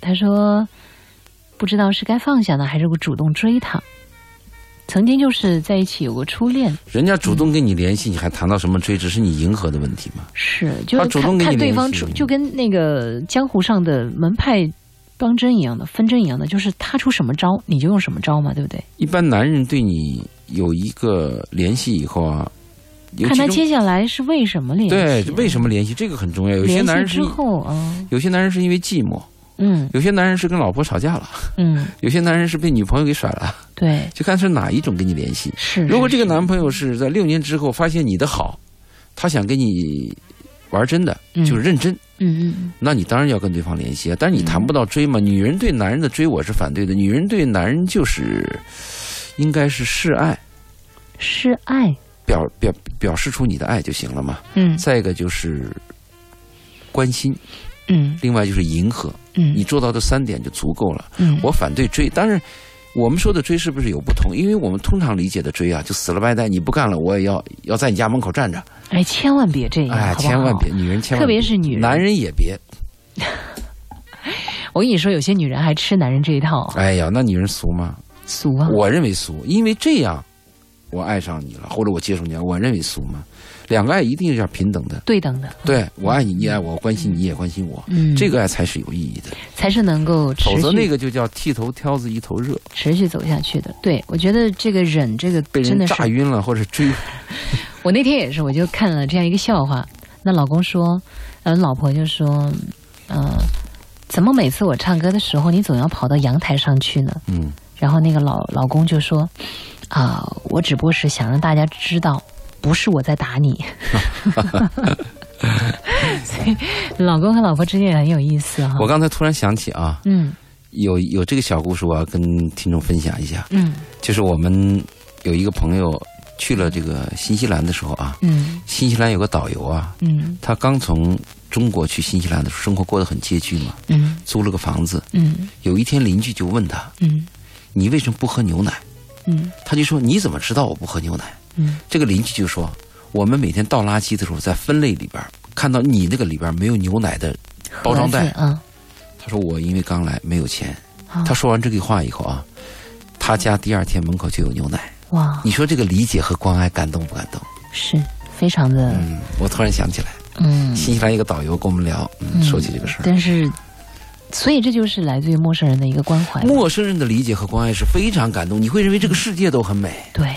Speaker 1: 他说不知道是该放下呢，还是我主动追他。曾经就是在一起有过初恋，
Speaker 2: 人家主动跟你联系，你还谈到什么追？只是你迎合的问题嘛。
Speaker 1: 是，就
Speaker 2: 他
Speaker 1: 是
Speaker 2: 主
Speaker 1: 看
Speaker 2: 动跟
Speaker 1: 看
Speaker 2: 你
Speaker 1: 对
Speaker 2: 联
Speaker 1: 方
Speaker 2: 系
Speaker 1: 出，就跟那个江湖上的门派帮争一样的纷争一样的，就是他出什么招，你就用什么招嘛，对不对？
Speaker 2: 一般男人对你有一个联系以后啊，有
Speaker 1: 看他
Speaker 2: 其中
Speaker 1: 接下来是为什么联
Speaker 2: 对
Speaker 1: 系，
Speaker 2: 为什么联系这个很重要。有些
Speaker 1: 联
Speaker 2: 男
Speaker 1: 系
Speaker 2: 人是
Speaker 1: 之后啊，
Speaker 2: 有些男人是因为寂寞，
Speaker 1: 嗯
Speaker 2: 有些男人是跟老婆吵架了，
Speaker 1: 嗯，
Speaker 2: 有些男人是被女朋友给甩了，
Speaker 1: 对，
Speaker 2: 就看是哪一种跟你联系。
Speaker 1: 是。
Speaker 2: 如果
Speaker 1: 是
Speaker 2: 这个男朋友是在六年之后发现你的好，他想跟你玩真的，
Speaker 1: 嗯
Speaker 2: 就是认真，
Speaker 1: 嗯嗯
Speaker 2: 那你当然要跟对方联系啊。但是你
Speaker 1: 嗯
Speaker 2: 谈不到追嘛，女人对男人的追我是反对的，女人对男人就是应该是示爱，
Speaker 1: 嗯是爱，
Speaker 2: 表表表示出你的爱就行了嘛。
Speaker 1: 嗯
Speaker 2: 再一个就是关心，
Speaker 1: 嗯
Speaker 2: 另外就是迎合，
Speaker 1: 嗯，
Speaker 2: 你做到这三点就足够了。
Speaker 1: 嗯
Speaker 2: 我反对追，当然。我们说的追是不是有不同？因为我们通常理解的追啊，就死了白呆，你不干了，我也要要在你家门口站着。
Speaker 1: 哎，千万别这样，
Speaker 2: 哎，
Speaker 1: 好不好
Speaker 2: 千万别，。女人千
Speaker 1: 特
Speaker 2: 万别，
Speaker 1: 别是女人
Speaker 2: 男人也别。
Speaker 1: 我跟你说，有些女人还吃男人这一套，
Speaker 2: 哎呀，那女人俗吗？
Speaker 1: 俗啊！
Speaker 2: 我认为俗，因为这样，我爱上你了，或者我接受你了，我认为俗嘛。两个爱一定是要平等的，
Speaker 1: 对等的，
Speaker 2: 对我爱你，你爱我，我关心你，你也关心我，
Speaker 1: 嗯，
Speaker 2: 这个爱才是有意义的，
Speaker 1: 才是能够持
Speaker 2: 否则
Speaker 1: 续
Speaker 2: 那个就叫剃头挑子一头热，
Speaker 1: 持续走下去的。对，我觉得这个忍这个
Speaker 2: 被
Speaker 1: 真
Speaker 2: 人
Speaker 1: 的是啊
Speaker 2: 炸晕了或者追。
Speaker 1: 我那天也是，我就看了这样一个笑话。那老公说，呃，老婆就说，呃，怎么每次我唱歌的时候，你总要跑到阳台上去呢？
Speaker 2: 嗯，
Speaker 1: 然后那个老老公就说，啊、我只不过是想让大家知道，不是我在打你。所以，老公和老婆之间也很有意思哈
Speaker 2: 我。刚才突然想起啊，
Speaker 1: 嗯
Speaker 2: 有有这个小故事，我要跟听众分享一下，
Speaker 1: 嗯
Speaker 2: 就是我们有一个朋友去了这个新西兰的时候啊，
Speaker 1: 嗯
Speaker 2: 新西兰有个导游啊，
Speaker 1: 嗯
Speaker 2: 他刚从中国去新西兰的时候，生活过得很拮据嘛，
Speaker 1: 嗯
Speaker 2: 租了个房子。
Speaker 1: 嗯
Speaker 2: 有一天邻居就问他
Speaker 1: 嗯：“
Speaker 2: 你为什么不喝牛奶
Speaker 1: 嗯？”
Speaker 2: 他就说：“你怎么知道我不喝牛奶
Speaker 1: 嗯？”
Speaker 2: 这个邻居就说：“我们每天倒垃圾的时候，在分类里边看到你那个里边没有牛奶的包装袋。
Speaker 1: 啊。”
Speaker 2: 他说：“我因为刚来没有钱。”
Speaker 1: 啊
Speaker 2: 他说完这句话以后啊，他家第二天门口就有牛奶。
Speaker 1: 哇，
Speaker 2: 你说这个理解和关爱感动不感动？
Speaker 1: 是非常的，
Speaker 2: 嗯，我突然想起来，
Speaker 1: 嗯，
Speaker 2: 新西兰一个导游跟我们聊，嗯，说起这个事儿。
Speaker 1: 但是，所以这就是来自于陌生人的一个关怀吧，
Speaker 2: 陌生人的理解和关爱是非常感动，你会认为这个世界都很美。
Speaker 1: 对，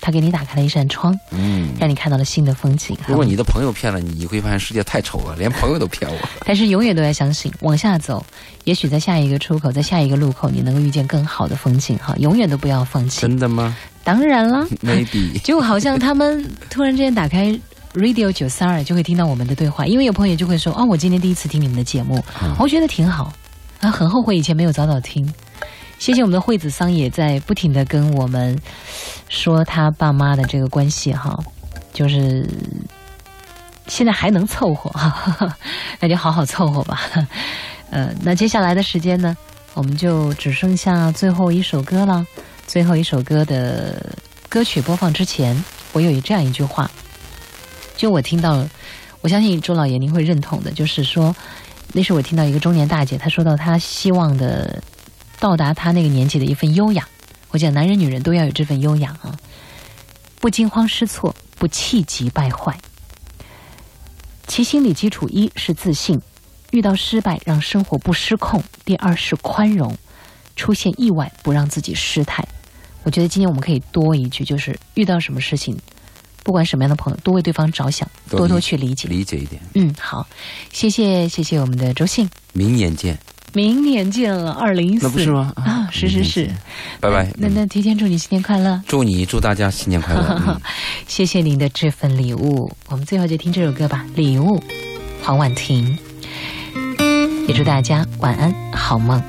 Speaker 1: 他给你打开了一扇窗，
Speaker 2: 嗯，
Speaker 1: 让你看到了新的风景。
Speaker 2: 如果
Speaker 1: 好
Speaker 2: 你的朋友骗了你，你会发现世界太丑了，连 [LAUGHS] 朋友都骗我。
Speaker 1: 但是永远都要相信，往下走，也许在下一个出口，在下一个路口，你能够遇见更好的风景哈，永远都不要放弃。
Speaker 2: 真的吗
Speaker 1: 当然啦，
Speaker 2: ？Maybe。
Speaker 1: [LAUGHS] 就好像他们突然之间打开 Radio 九三二，就会听到我们的对话。因为有朋友就会说：“啊、我今天第一次听你们的节目，我觉得挺好啊，很后悔以前没有早早听。”谢谢我们的惠子桑也在不停的跟我们说他爸妈的这个关系哈，就是现在还能凑合，哈哈， [LAUGHS] 那就好好凑合吧。 [LAUGHS] 呃，那接下来的时间呢，我们就只剩下最后一首歌了。最后一首歌的歌曲播放之前，我有这样一句话，就我听到，我相信周老爷您会认同的，就是说，那是我听到一个中年大姐，她说到她希望的到达她那个年纪的一份优雅。我讲男人女人都要有这份优雅啊，不惊慌失措，不气急败坏。其心理基础一是自信，遇到失败让生活不失控；第二是宽容，出现意外不让自己失态。我觉得今天我们可以多一句，就是遇到什么事情，不管什么样的朋友，多为对方着想，
Speaker 2: 多
Speaker 1: 多
Speaker 2: 理
Speaker 1: 多去理解。
Speaker 2: 理解一点。
Speaker 1: 嗯，好，谢谢谢谢我们的周信，
Speaker 2: 明年见，
Speaker 1: 明年见了，二零一四，
Speaker 2: 那不是吗？
Speaker 1: 啊，是是是
Speaker 2: 明年见，拜拜。
Speaker 1: 那那提前祝你新年快乐，
Speaker 2: 祝你祝大家新
Speaker 1: [LAUGHS]
Speaker 2: 年快乐。嗯
Speaker 1: 谢谢您的这份礼物。我们最后就听这首歌吧，《礼物》，黄婉婷。也祝大家晚安，好梦。